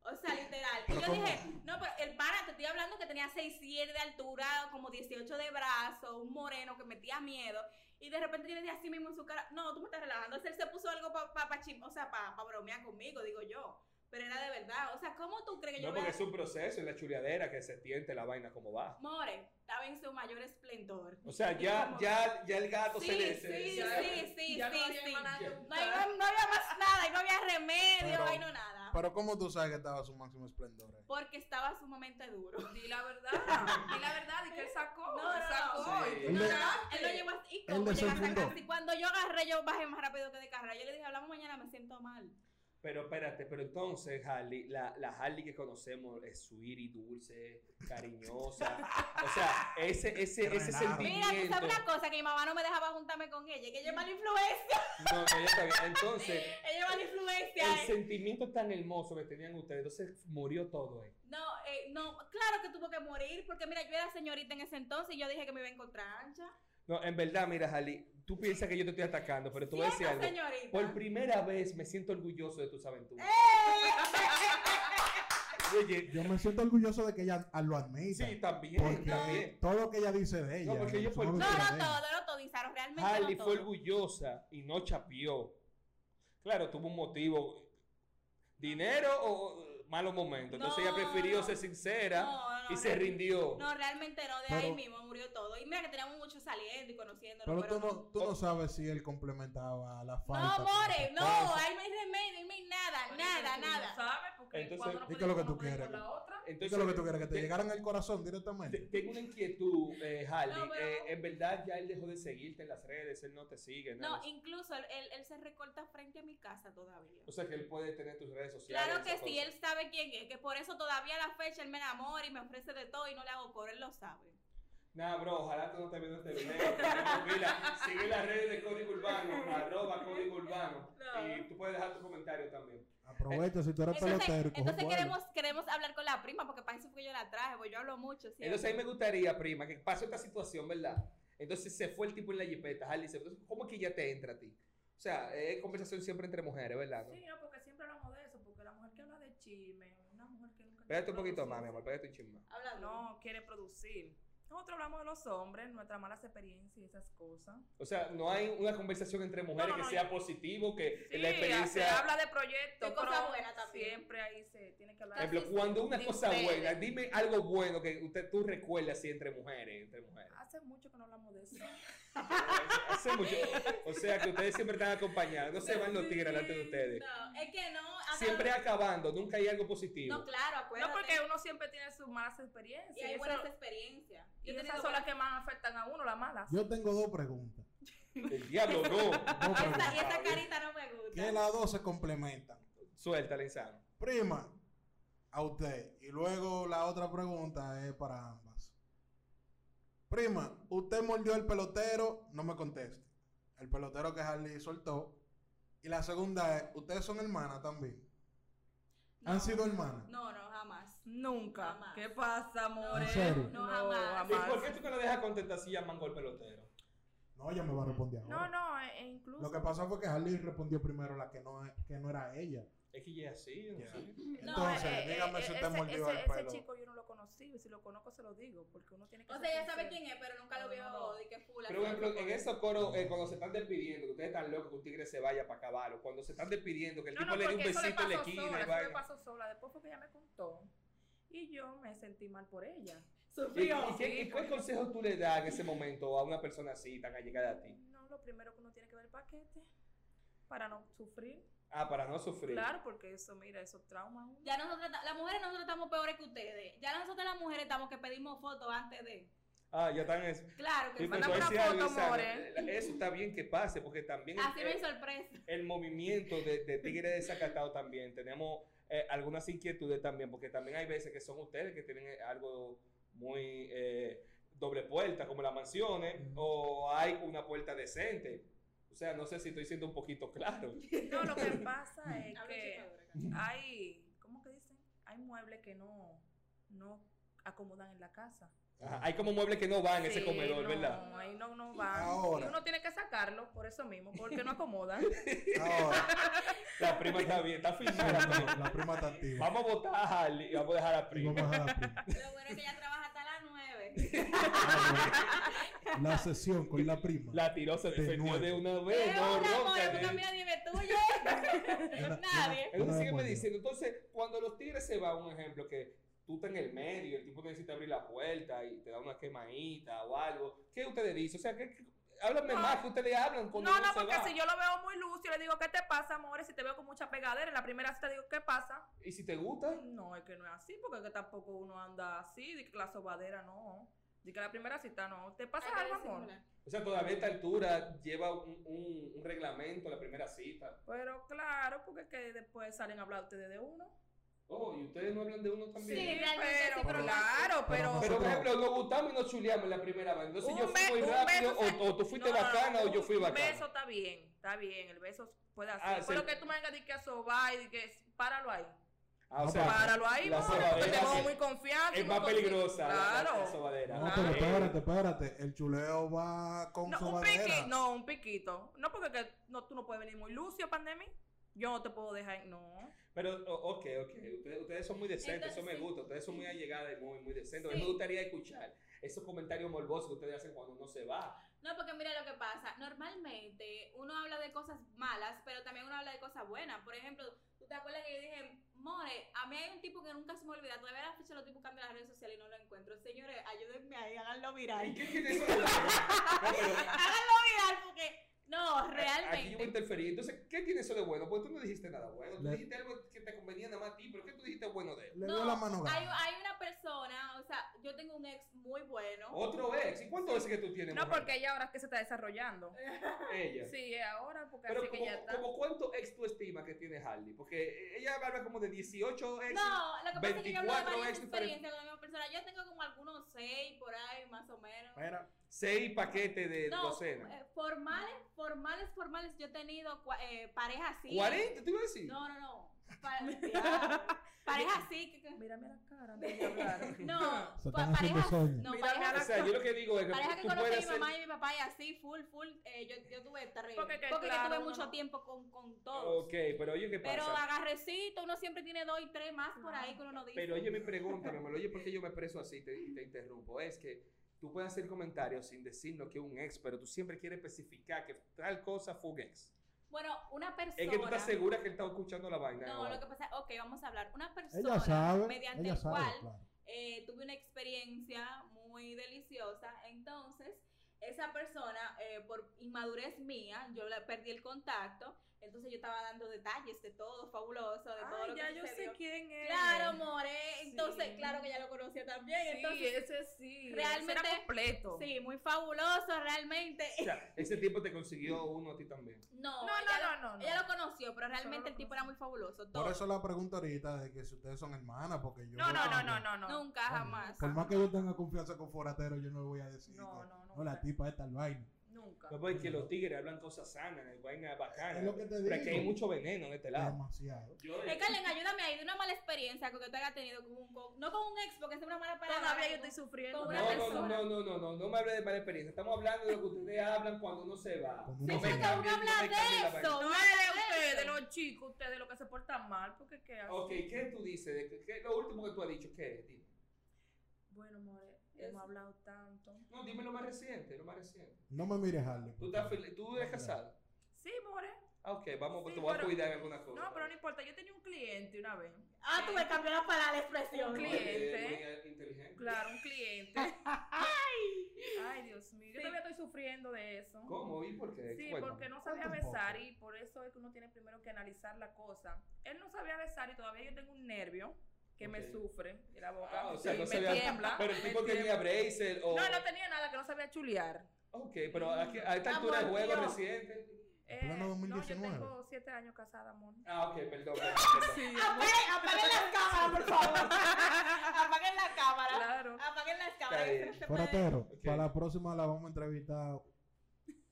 Speaker 2: O sea, literal. Y
Speaker 4: Pero
Speaker 2: yo
Speaker 4: ¿cómo?
Speaker 2: dije, no, pero el pana, te estoy hablando que tenía 6 pies de altura, como 18 de brazo, un moreno que metía miedo. Y de repente yo le dije así mismo en su cara, no, tú me estás relajando. Entonces él se puso algo para pa, pa chim- o sea, para bromear conmigo, digo yo. Pero era de verdad. O sea, ¿cómo tú crees que yo
Speaker 1: No,
Speaker 2: voy a-
Speaker 1: porque es un proceso en la chuleadera que se tiente la vaina como va.
Speaker 2: More, estaba en su mayor esplendor.
Speaker 1: O sea, ya, ya, ya el gato
Speaker 2: Sí,
Speaker 1: se le.
Speaker 2: sí,
Speaker 1: se-
Speaker 2: sí,
Speaker 1: ya-
Speaker 2: sí, sí,
Speaker 3: ya no
Speaker 2: sí,
Speaker 3: había más nada que
Speaker 2: No, ahí
Speaker 3: buscar.
Speaker 2: no, no había más nada, ahí no había remedio,
Speaker 4: Pero-
Speaker 2: ahí no nada.
Speaker 4: Pero ¿cómo tú sabes que estaba su máximo esplendor ahí?
Speaker 2: Porque estaba sumamente duro.
Speaker 3: Di la verdad, di la verdad, di que él sacó,
Speaker 2: No, no,
Speaker 3: él
Speaker 2: no.
Speaker 3: sacó.
Speaker 1: Sí.
Speaker 3: y tú
Speaker 4: Él
Speaker 3: no
Speaker 4: le-
Speaker 3: llegaste.
Speaker 2: Él lo llevó así y
Speaker 4: Él
Speaker 2: como
Speaker 4: le
Speaker 2: llegaste a
Speaker 4: sorprendió.
Speaker 2: casa. Y cuando yo agarré, yo bajé más rápido que de carrera. Yo le dije, hablamos mañana, me siento mal.
Speaker 1: Pero espérate, pero entonces, Harley, la, la Harley que conocemos es sweet y dulce, cariñosa. o sea, ese, ese, ese
Speaker 4: Relajo.
Speaker 1: sentimiento.
Speaker 2: Mira, tú sabes una cosa, que mi mamá no me dejaba juntarme con ella, que ella es mala influencia.
Speaker 1: No, no, ya está bien. Entonces,
Speaker 2: Ella es mala
Speaker 1: el
Speaker 2: influencia. eh.
Speaker 1: sentimiento tan hermoso que tenían ustedes, entonces murió todo ahí.
Speaker 2: No, eh, no, claro que tuvo que morir, porque mira, yo era señorita en ese entonces y yo dije que me iba a encontrar ancha.
Speaker 1: No, en verdad, mira, Harley, tú piensas que yo te estoy atacando, pero tú voy a decir
Speaker 2: Siendo
Speaker 1: algo.
Speaker 2: señorita.
Speaker 1: Por primera vez me siento orgulloso de tus aventuras.
Speaker 2: ¡Eh!
Speaker 1: [LAUGHS] Oye,
Speaker 4: Yo me siento orgulloso de que ella a- lo admita.
Speaker 1: sí, también,
Speaker 4: porque
Speaker 1: también.
Speaker 4: todo lo que ella dice de ella.
Speaker 1: No, porque yo
Speaker 4: son
Speaker 1: fui- No,
Speaker 2: No,
Speaker 4: orgullosos
Speaker 2: no
Speaker 4: de ella.
Speaker 2: todo, no todo, Isaro, realmente
Speaker 1: Harley
Speaker 2: no
Speaker 1: fue
Speaker 2: todo.
Speaker 1: orgullosa y no chapió. Claro, tuvo un motivo. ¿Dinero o o malos momentos? Entonces
Speaker 2: No,
Speaker 1: ella prefirió
Speaker 2: no.
Speaker 1: ser sincera
Speaker 2: No, no,
Speaker 1: y se
Speaker 2: realmente-
Speaker 1: rindió.
Speaker 2: No, realmente no, de ahí
Speaker 4: Pero-
Speaker 2: mismo murió todo. Y mira que teníamos mucho saliendo y conociéndonos.
Speaker 4: Pero tú
Speaker 2: pero-
Speaker 4: no, tú no sabes si él complementaba la falta.
Speaker 2: No,
Speaker 4: con
Speaker 2: More,
Speaker 4: su
Speaker 2: no,
Speaker 4: esposa.
Speaker 2: ahí no hay remedio, ahí no hay nada, nada,
Speaker 3: No
Speaker 2: nada.
Speaker 3: sabes, porque
Speaker 1: Entonces,
Speaker 3: cuando no
Speaker 4: di que
Speaker 3: puedes
Speaker 4: lo que
Speaker 3: con
Speaker 4: tú
Speaker 3: una,
Speaker 4: quieras.
Speaker 3: con la otra.
Speaker 4: ¿Qué es
Speaker 1: Entonces,
Speaker 4: lo que tú quieres? ¿Que te
Speaker 1: te-
Speaker 4: llegaran al corazón
Speaker 1: te-
Speaker 4: directamente?
Speaker 1: tengo una inquietud, eh, Harley.
Speaker 2: No, pero-
Speaker 1: Eh, en verdad ya él dejó de seguirte en las redes, él no te sigue. nada
Speaker 2: No,
Speaker 1: de eso.
Speaker 2: incluso él, él- él se recorta frente a mi casa todavía.
Speaker 1: O sea que él puede tener tus redes sociales.
Speaker 2: Claro que
Speaker 1: esas
Speaker 2: sí,
Speaker 1: cosas.
Speaker 2: él sabe quién es, que por eso todavía a la fecha él me enamora y me ofrece de todo y no le hago coro, él lo sabe.
Speaker 1: Nah, bro, ojalá tú no estés viendo este video. pero Mira, sigue las redes de Código
Speaker 3: [LAUGHS]
Speaker 1: Urbano, arroba Código Urbano.
Speaker 2: No.
Speaker 1: Y tú puedes dejar tu comentario también.
Speaker 4: Aprovecha, si tú eres
Speaker 2: Entonces,
Speaker 4: pelotero. y coge
Speaker 2: entonces
Speaker 4: vuelo.
Speaker 2: queremos, queremos hablar con la prima, porque para eso fue que yo la traje, porque yo hablo mucho. ¿sí?
Speaker 1: Entonces a mí me gustaría, prima, que pasó esta situación, ¿verdad? Entonces se fue el tipo en la jipeta, Harley se fue. Entonces, ¿Cómo es que ya te entra a ti? O sea, es conversación siempre entre mujeres, ¿verdad? no?
Speaker 3: Sí, no, porque siempre hablamos de eso, porque la mujer que habla de chisme, una mujer que nunca.
Speaker 1: Pégate
Speaker 3: quiere
Speaker 1: un poquito más,
Speaker 3: producir,
Speaker 1: mi amor, pégate un chisme.
Speaker 2: Habla duro.
Speaker 3: No quiere producir. Nosotros hablamos de los hombres, nuestras malas experiencias y esas cosas.
Speaker 1: O sea, no hay una conversación entre mujeres
Speaker 3: No, no,
Speaker 1: que
Speaker 3: no,
Speaker 1: sea
Speaker 3: yo-
Speaker 1: positivo, que
Speaker 3: Sí,
Speaker 1: la
Speaker 3: se
Speaker 1: experiencia...
Speaker 3: habla de proyectos,
Speaker 2: De cosas
Speaker 3: pero
Speaker 2: buenas también.
Speaker 3: Siempre ahí se tiene que hablar.
Speaker 1: Por ejemplo, cuando una
Speaker 3: de
Speaker 1: cosa
Speaker 3: ustedes.
Speaker 1: buena, dime algo bueno que usted tú recuerdas así entre mujeres, entre mujeres.
Speaker 3: Hace mucho que no hablamos de eso.
Speaker 1: Hace mucho. O sea que ustedes siempre están acompañados. No se van los tigres delante de ustedes.
Speaker 2: No, es que no. acá-
Speaker 1: Siempre acabando, nunca hay algo positivo.
Speaker 2: No, claro,
Speaker 3: No,
Speaker 2: acuérdate.
Speaker 3: porque uno siempre tiene sus malas experiencias.
Speaker 2: Y hay
Speaker 3: eso-
Speaker 2: buenas experiencias.
Speaker 3: y
Speaker 2: Yo he
Speaker 3: esas
Speaker 2: tenido
Speaker 3: son las
Speaker 2: buenas-
Speaker 3: que más afectan a uno, las malas.
Speaker 4: Yo tengo dos preguntas.
Speaker 1: El diablo no.
Speaker 3: [LAUGHS]
Speaker 4: Dos
Speaker 2: Esa, y
Speaker 4: preguntas.
Speaker 2: esa carita no me gusta.
Speaker 4: Que las dos se complementan.
Speaker 1: Suéltala, insano.
Speaker 4: Prima, a usted. Y luego la otra pregunta es para ambas. Prima, usted mordió el pelotero, no me conteste. El pelotero que Harley soltó. Y la segunda es, ustedes son hermanas también.
Speaker 2: No.
Speaker 4: ¿Han sido hermanas?
Speaker 2: No, no, jamás.
Speaker 3: Nunca.
Speaker 2: Jamás.
Speaker 3: ¿Qué pasa, amores?
Speaker 4: ¿En serio?
Speaker 2: No, jamás.
Speaker 1: ¿Y por qué tú no la dejas contenta si llaman gol pelotero?
Speaker 4: No, ella me va a responder
Speaker 3: No,
Speaker 4: ahora.
Speaker 3: no, e, e incluso.
Speaker 4: Lo que pasó fue que Harley respondió primero la que no, es- que no era ella.
Speaker 1: Es que ella es así. no
Speaker 4: Ya.
Speaker 1: sé.
Speaker 4: Entonces,
Speaker 3: eh, eh,
Speaker 4: dígame
Speaker 3: eh,
Speaker 4: si usted
Speaker 3: ese-
Speaker 4: mordió
Speaker 3: ese,
Speaker 4: el pelo.
Speaker 3: ese chico yo no lo conocí, y si lo conozco se lo digo, porque uno tiene que
Speaker 2: O
Speaker 3: ser
Speaker 2: sea, ella sabe
Speaker 3: sincero.
Speaker 2: quién es, pero nunca lo vio. Di que fula.
Speaker 1: Pero, por ejemplo, en esos coros, eh, cuando se están despidiendo, que ustedes están locos que un tigre se vaya para acabar, o cuando se están despidiendo, que el
Speaker 3: No,
Speaker 1: tipo
Speaker 3: no,
Speaker 1: le dé un
Speaker 3: porque eso le
Speaker 1: besito en la
Speaker 3: pasó
Speaker 1: esquina
Speaker 3: sola,
Speaker 1: y
Speaker 3: eso le
Speaker 1: vaya.
Speaker 3: pasó sola. Después fue que ella me contó y yo me sentí mal por ella.
Speaker 1: ¿Y, y
Speaker 2: Sufrió.
Speaker 1: qué, y qué consejo tú le das en ese momento a una persona así, tan allegada a ti?
Speaker 3: No, lo primero que uno tiene que ver el paquete para no sufrir.
Speaker 1: Ah, para no sufrir.
Speaker 3: Claro, porque eso, mira, esos traumas. uno.
Speaker 2: Ya nosotras, ta- las mujeres nosotros estamos peores que ustedes. Ya nosotras las mujeres estamos que pedimos fotos antes de.
Speaker 1: Ah, ya están en
Speaker 2: Claro que
Speaker 1: Sí,
Speaker 2: sí.
Speaker 1: pero
Speaker 3: Mándame
Speaker 1: te voy a
Speaker 3: una
Speaker 1: decir
Speaker 3: foto,
Speaker 1: algo, Isana,
Speaker 3: More.
Speaker 1: la- Eso está bien que pase, porque también
Speaker 2: Así
Speaker 1: el,
Speaker 2: me sorpresa.
Speaker 1: el movimiento de, de Tigre Desacatado también. Tenemos eh, algunas inquietudes también, porque también hay veces que son ustedes que tienen eh, algo muy eh, doble puerta, como las mansiones,
Speaker 4: Ujú.
Speaker 1: o hay una puerta decente. O sea, no sé si estoy siendo un poquito
Speaker 3: [LAUGHS]
Speaker 1: claro.
Speaker 3: No, lo que
Speaker 2: [LAUGHS]
Speaker 3: pasa es
Speaker 2: Habla
Speaker 3: que
Speaker 2: chica dura, cariño.
Speaker 3: hay, ¿cómo que dicen? Hay muebles que no, no acomodan en la casa.
Speaker 1: Ajá, Hay como muebles que no van en ese
Speaker 3: Sí,
Speaker 1: comedor,
Speaker 3: no,
Speaker 1: ¿verdad?
Speaker 3: ahí no, no van.
Speaker 4: Ahora.
Speaker 3: Y uno tiene que sacarlo por eso mismo, porque no acomodan.
Speaker 4: Ahora,
Speaker 1: La prima está bien, está firmada.
Speaker 4: [LAUGHS]
Speaker 1: prima.
Speaker 4: la prima está activa.
Speaker 1: Vamos a votar a Harley y vamos a dejar a la prima.
Speaker 4: Vamos a la prima.
Speaker 2: [LAUGHS] Lo bueno es que ella trabaja hasta las 9.
Speaker 4: La sesión con la prima.
Speaker 1: La tiró, se
Speaker 4: De
Speaker 1: defendió
Speaker 4: nuevo.
Speaker 1: de una vez. No,
Speaker 2: amor,
Speaker 1: ronca,
Speaker 2: nunca
Speaker 1: ¿eh?
Speaker 2: mira ni me tuyo. [LAUGHS]
Speaker 4: Era-
Speaker 2: Nadie.
Speaker 4: era-
Speaker 1: Entonces,
Speaker 4: era
Speaker 1: sígueme
Speaker 4: bueno. pues,
Speaker 1: diciendo. Entonces, cuando los tigres se van, un ejemplo, que tú estás en el medio, el tipo necesita abrir la puerta y te da una quemadita o algo, ¿qué ustedes dicen? O sea, ¿qué, qué- háblame
Speaker 3: No.
Speaker 1: más que ustedes hablan [LAUGHS] cuando
Speaker 3: No,
Speaker 1: uno
Speaker 3: no,
Speaker 1: se
Speaker 3: porque
Speaker 1: va?
Speaker 3: si yo lo veo muy luz, yo le digo, ¿qué te pasa, amores? Si te veo con mucha pegadera, en la primera cita digo, ¿qué pasa?
Speaker 1: ¿Y si te gusta?
Speaker 3: No, es que no es así, porque es que tampoco uno anda así, de que la sobadera no. De que la primera cita no. ¿Te pasa algo, amor?
Speaker 1: O sea, todavía a esta altura lleva un, un- un reglamento la primera cita.
Speaker 3: Pero claro, porque es que después salen a hablar ustedes de uno.
Speaker 1: Oh, y ustedes no hablan de uno también.
Speaker 2: Sí, realmente
Speaker 3: pero,
Speaker 2: sí, pero-
Speaker 3: claro, pero...
Speaker 4: pero
Speaker 1: Pero, por
Speaker 4: Nosotros-
Speaker 1: ejemplo, nos gustamos y nos chuleamos en la primera vez. Entonces,
Speaker 3: Un
Speaker 1: yo fui
Speaker 3: be-
Speaker 1: muy
Speaker 3: un
Speaker 1: rápido,
Speaker 3: beso,
Speaker 1: o, o tú fuiste
Speaker 3: No, no,
Speaker 1: bacana,
Speaker 3: no,
Speaker 1: o yo fui
Speaker 3: un
Speaker 1: bacana.
Speaker 3: beso está bien, está bien, el beso puede hacer.
Speaker 1: Ah,
Speaker 3: pero
Speaker 1: sí.
Speaker 3: que tú me vengas de que a sobar y de que páralo ahí.
Speaker 1: Ah, o
Speaker 4: No,
Speaker 1: sea,
Speaker 3: Páralo ahí,
Speaker 1: la
Speaker 3: porque porque
Speaker 1: sobadera
Speaker 3: te veo
Speaker 1: sí.
Speaker 3: muy confiante.
Speaker 1: es más peligrosa la- la,
Speaker 3: Claro.
Speaker 1: sobadera.
Speaker 4: No,
Speaker 3: Ah,
Speaker 4: pero
Speaker 3: eh.
Speaker 4: espérate, espérate. El chuleo va con
Speaker 3: No,
Speaker 4: su
Speaker 3: un
Speaker 4: bandera.
Speaker 3: piquito, no, un piquito. No, porque que- no, tú no puedes venir muy lucio, pandemia. Yo no te puedo dejar, no.
Speaker 1: Pero, o- ok, ok. Ustedes, ustedes son muy decentes, eso me
Speaker 2: Entonces-
Speaker 1: gusta. Ustedes son muy allegadas y muy, muy decentes. A
Speaker 2: Sí.
Speaker 1: mí me gustaría escuchar esos comentarios morbosos que ustedes hacen cuando uno se va.
Speaker 2: No, porque mira lo que pasa. Normalmente uno habla de cosas malas, pero también uno habla de cosas buenas. Por ejemplo, ¿tú te acuerdas que yo dije, More, a mí hay un tipo que nunca se me olvida. Todavía a la fecha lo estoy buscando en las redes sociales y no lo encuentro. Señores, ayúdenme ahí, háganlo
Speaker 1: ¿Y [LAUGHS]
Speaker 2: viral.
Speaker 1: qué tiene eso de malo? No, pero
Speaker 2: háganlo viral porque. No,
Speaker 1: Aquí yo voy a
Speaker 2: realmente.
Speaker 1: interferir. Entonces, ¿qué tiene eso de bueno? Porque tú no dijiste nada bueno. Tú
Speaker 4: La-
Speaker 1: dijiste algo que te convenía nada más a ti, pero ¿qué tú dijiste bueno de él?
Speaker 4: Le
Speaker 2: No,
Speaker 4: veo la mano
Speaker 2: Hay,
Speaker 4: grande.
Speaker 2: hay una persona, o sea, yo tengo un ex muy bueno.
Speaker 1: Otro ex. ¿Y cuánto es que tú tienes?
Speaker 3: No,
Speaker 1: mujer?
Speaker 3: porque ella ahora es que se está desarrollando.
Speaker 1: Ella.
Speaker 3: Sí, es ahora, porque
Speaker 1: Eh, Pero
Speaker 3: así que
Speaker 1: como,
Speaker 3: ya está.
Speaker 1: como cuánto ex tú estimas que tiene Harley? Porque ella habla como de 18 ex.
Speaker 2: No, lo que pasa es que yo hablo de
Speaker 1: 24
Speaker 2: varias
Speaker 1: ex diferentes.
Speaker 2: experiencias con la misma persona. Yo tengo como algunos seis por ahí, más o menos.
Speaker 4: Mira,
Speaker 1: 6 paquetes de
Speaker 2: No,
Speaker 1: docena.
Speaker 2: eh, formales, formales, formales. Yo he tenido cua- eh, parejas así.
Speaker 1: ¿40? ¿Te iba a decir?
Speaker 2: No, no, no.
Speaker 1: [LAUGHS]
Speaker 2: Pa- ya. parejas así. que- que-
Speaker 3: Mírame a la cara, antes
Speaker 2: [LAUGHS]
Speaker 3: de hablar.
Speaker 2: No,
Speaker 4: se
Speaker 2: pa-
Speaker 4: están haciendo
Speaker 2: parejas.
Speaker 4: sueños.
Speaker 2: No,
Speaker 3: Mírame a
Speaker 2: parejas
Speaker 1: O sea, yo lo que digo es que
Speaker 2: pareja que
Speaker 1: tú
Speaker 2: conoce a mi
Speaker 1: puedes
Speaker 2: mamá
Speaker 1: ser-
Speaker 2: y mi papá y así, full, full. eh, yo, yo tuve terrible.
Speaker 3: Porque que,
Speaker 2: yo
Speaker 3: claro,
Speaker 2: tuve
Speaker 3: uno
Speaker 2: mucho
Speaker 3: no-
Speaker 2: tiempo con, con todos.
Speaker 1: Ok, pero oye, ¿qué
Speaker 2: Pero
Speaker 1: pasa?
Speaker 2: agarrecito, uno siempre tiene dos y tres más por ahí que uno no dice.
Speaker 1: Pero oye, mi pregunta, mi amor, oye, ¿por qué yo me expreso así y te, y te interrumpo? Es que tú puedes hacer comentarios sin decirnos que es un ex, pero tú siempre quieres especificar que tal cosa fue un ex.
Speaker 2: bueno, una persona.
Speaker 1: Es que tú estás segura que él estaba escuchando la vaina.
Speaker 2: No,
Speaker 1: ahora.
Speaker 2: lo que pasa, ok, vamos a hablar. Una persona
Speaker 4: Ella sabe.
Speaker 2: mediante
Speaker 4: Ella
Speaker 2: el
Speaker 4: sabe,
Speaker 2: cual
Speaker 4: claro.
Speaker 2: eh, tuve una experiencia muy deliciosa. Entonces, esa persona, eh, por inmadurez mía, yo la- perdí el contacto. Entonces, yo estaba dando detalles de todo, fabuloso, de todo
Speaker 3: Ay,
Speaker 2: lo
Speaker 3: ya
Speaker 2: que
Speaker 3: yo sé
Speaker 2: sucedió.
Speaker 3: quién es.
Speaker 2: Claro, More.
Speaker 3: Sí.
Speaker 2: Entonces, claro que ya lo conocía también.
Speaker 3: Sí,
Speaker 2: entonces,
Speaker 3: ese sí.
Speaker 2: realmente-
Speaker 3: Ese era completo.
Speaker 2: sí, muy fabuloso realmente. [LAUGHS]
Speaker 1: O sea, ese tipo te consiguió uno a ti también.
Speaker 2: No,
Speaker 3: No,
Speaker 2: ella, lo,
Speaker 3: no, no, no. no.
Speaker 2: ella lo conoció, pero
Speaker 3: Solo
Speaker 2: realmente
Speaker 3: lo
Speaker 2: el tipo
Speaker 3: conocí.
Speaker 2: era muy fabuloso.
Speaker 4: Por
Speaker 2: todo.
Speaker 4: eso la pregunta ahorita de que si ustedes son hermanas, porque yo.
Speaker 3: No, no, no, no, no, no.
Speaker 2: Nunca,
Speaker 4: Coño,
Speaker 2: jamás.
Speaker 4: Por más que yo tenga confianza con Foratero, yo no le voy a decir.
Speaker 3: No,
Speaker 4: que,
Speaker 3: no,
Speaker 4: la
Speaker 3: nunca.
Speaker 4: tipa esta el vaina.
Speaker 3: Nunca.
Speaker 1: No
Speaker 2: pues,
Speaker 1: porque los tigres hablan cosas sanas, vaina bacana.
Speaker 4: Es lo que te
Speaker 1: Pero aquí
Speaker 4: digo.
Speaker 1: hay mucho veneno en este lado.
Speaker 4: Demasiado.
Speaker 1: Yo-
Speaker 2: Eh, Carlen, ayúdame ahí de una mala experiencia que tú hayas tenido con un con- no con un ex, porque es una mala palabra.
Speaker 3: Todavía yo
Speaker 2: con-
Speaker 3: estoy sufriendo.
Speaker 2: con
Speaker 1: No, no,
Speaker 2: una
Speaker 1: no,
Speaker 2: persona.
Speaker 1: no, no, no, no, no me hable de mala experiencia. Estamos hablando de lo que ustedes hablan cuando uno se va.
Speaker 4: Cuando
Speaker 1: No me
Speaker 4: uno se va.
Speaker 1: cambie,
Speaker 2: Uno
Speaker 1: no me
Speaker 2: habla
Speaker 1: cambie la
Speaker 2: de
Speaker 1: vaina.
Speaker 2: eso.
Speaker 3: No
Speaker 2: Madre
Speaker 3: es de ustedes,
Speaker 2: mía.
Speaker 3: los chicos, ustedes los que se portan mal, porque qué hacen.
Speaker 1: Ok, ¿qué tú dices? ¿De ¿Qué, qué- lo último que tú has dicho? ¿Qué es? Dime.
Speaker 3: Bueno, more,
Speaker 2: Es-
Speaker 3: hemos hablado tanto.
Speaker 1: No, dime lo más reciente, lo más reciente.
Speaker 4: No me mires, Harley.
Speaker 1: ¿Tú, estás fel- ¿tú eres casada?
Speaker 3: Sí, more.
Speaker 1: Ah, ok, vamos,
Speaker 3: Sí,
Speaker 1: te voy a
Speaker 3: pero-
Speaker 1: cuidar en alguna cosa.
Speaker 3: No, pero no importa. Yo tenía un cliente una vez.
Speaker 2: Ah, tú me cambiaste para la expresión.
Speaker 3: Un
Speaker 1: Muy,
Speaker 3: cliente.
Speaker 1: eh, muy inteligente.
Speaker 3: Claro, un cliente. [LAUGHS] Ay, Dios mío. Yo
Speaker 2: Sí.
Speaker 3: todavía estoy sufriendo de eso.
Speaker 1: ¿Cómo? ¿Y por qué?
Speaker 3: Sí,
Speaker 1: Cuéntame.
Speaker 3: porque no sabía
Speaker 4: Cuéntame un
Speaker 3: besar
Speaker 4: poco.
Speaker 3: y por eso es que uno tiene primero que analizar la cosa. Él no sabía besar y todavía yo tengo un nervio que
Speaker 1: Ok.
Speaker 3: me sufre de la boca.
Speaker 1: Ah, o sea,
Speaker 3: Sí,
Speaker 1: no
Speaker 3: me
Speaker 1: sabía-
Speaker 3: tiembla.
Speaker 1: Pero el
Speaker 3: me
Speaker 1: tipo tenía
Speaker 3: tiembla.
Speaker 1: bracer o...
Speaker 3: No, no tenía nada que no sabía chulear.
Speaker 1: Ok, pero aquí- a esta altura de
Speaker 2: Amor,
Speaker 1: juego
Speaker 2: Dios.
Speaker 1: reciente...
Speaker 3: Eh,
Speaker 4: pleno
Speaker 3: No,
Speaker 4: 2019.
Speaker 3: yo tengo siete años casada,
Speaker 1: [LAUGHS]
Speaker 3: amor.
Speaker 1: Ah, ok, perdón. perdón, perdón.
Speaker 2: Apaguen, apaguen las cámaras, por favor. [LAUGHS] apaguen la cámara.
Speaker 3: Claro.
Speaker 2: Apaguen las
Speaker 1: Está
Speaker 2: cámaras.
Speaker 1: bien.
Speaker 2: Eso se puede-
Speaker 4: Foratero,
Speaker 1: Ok.
Speaker 4: para la próxima la vamos a entrevistar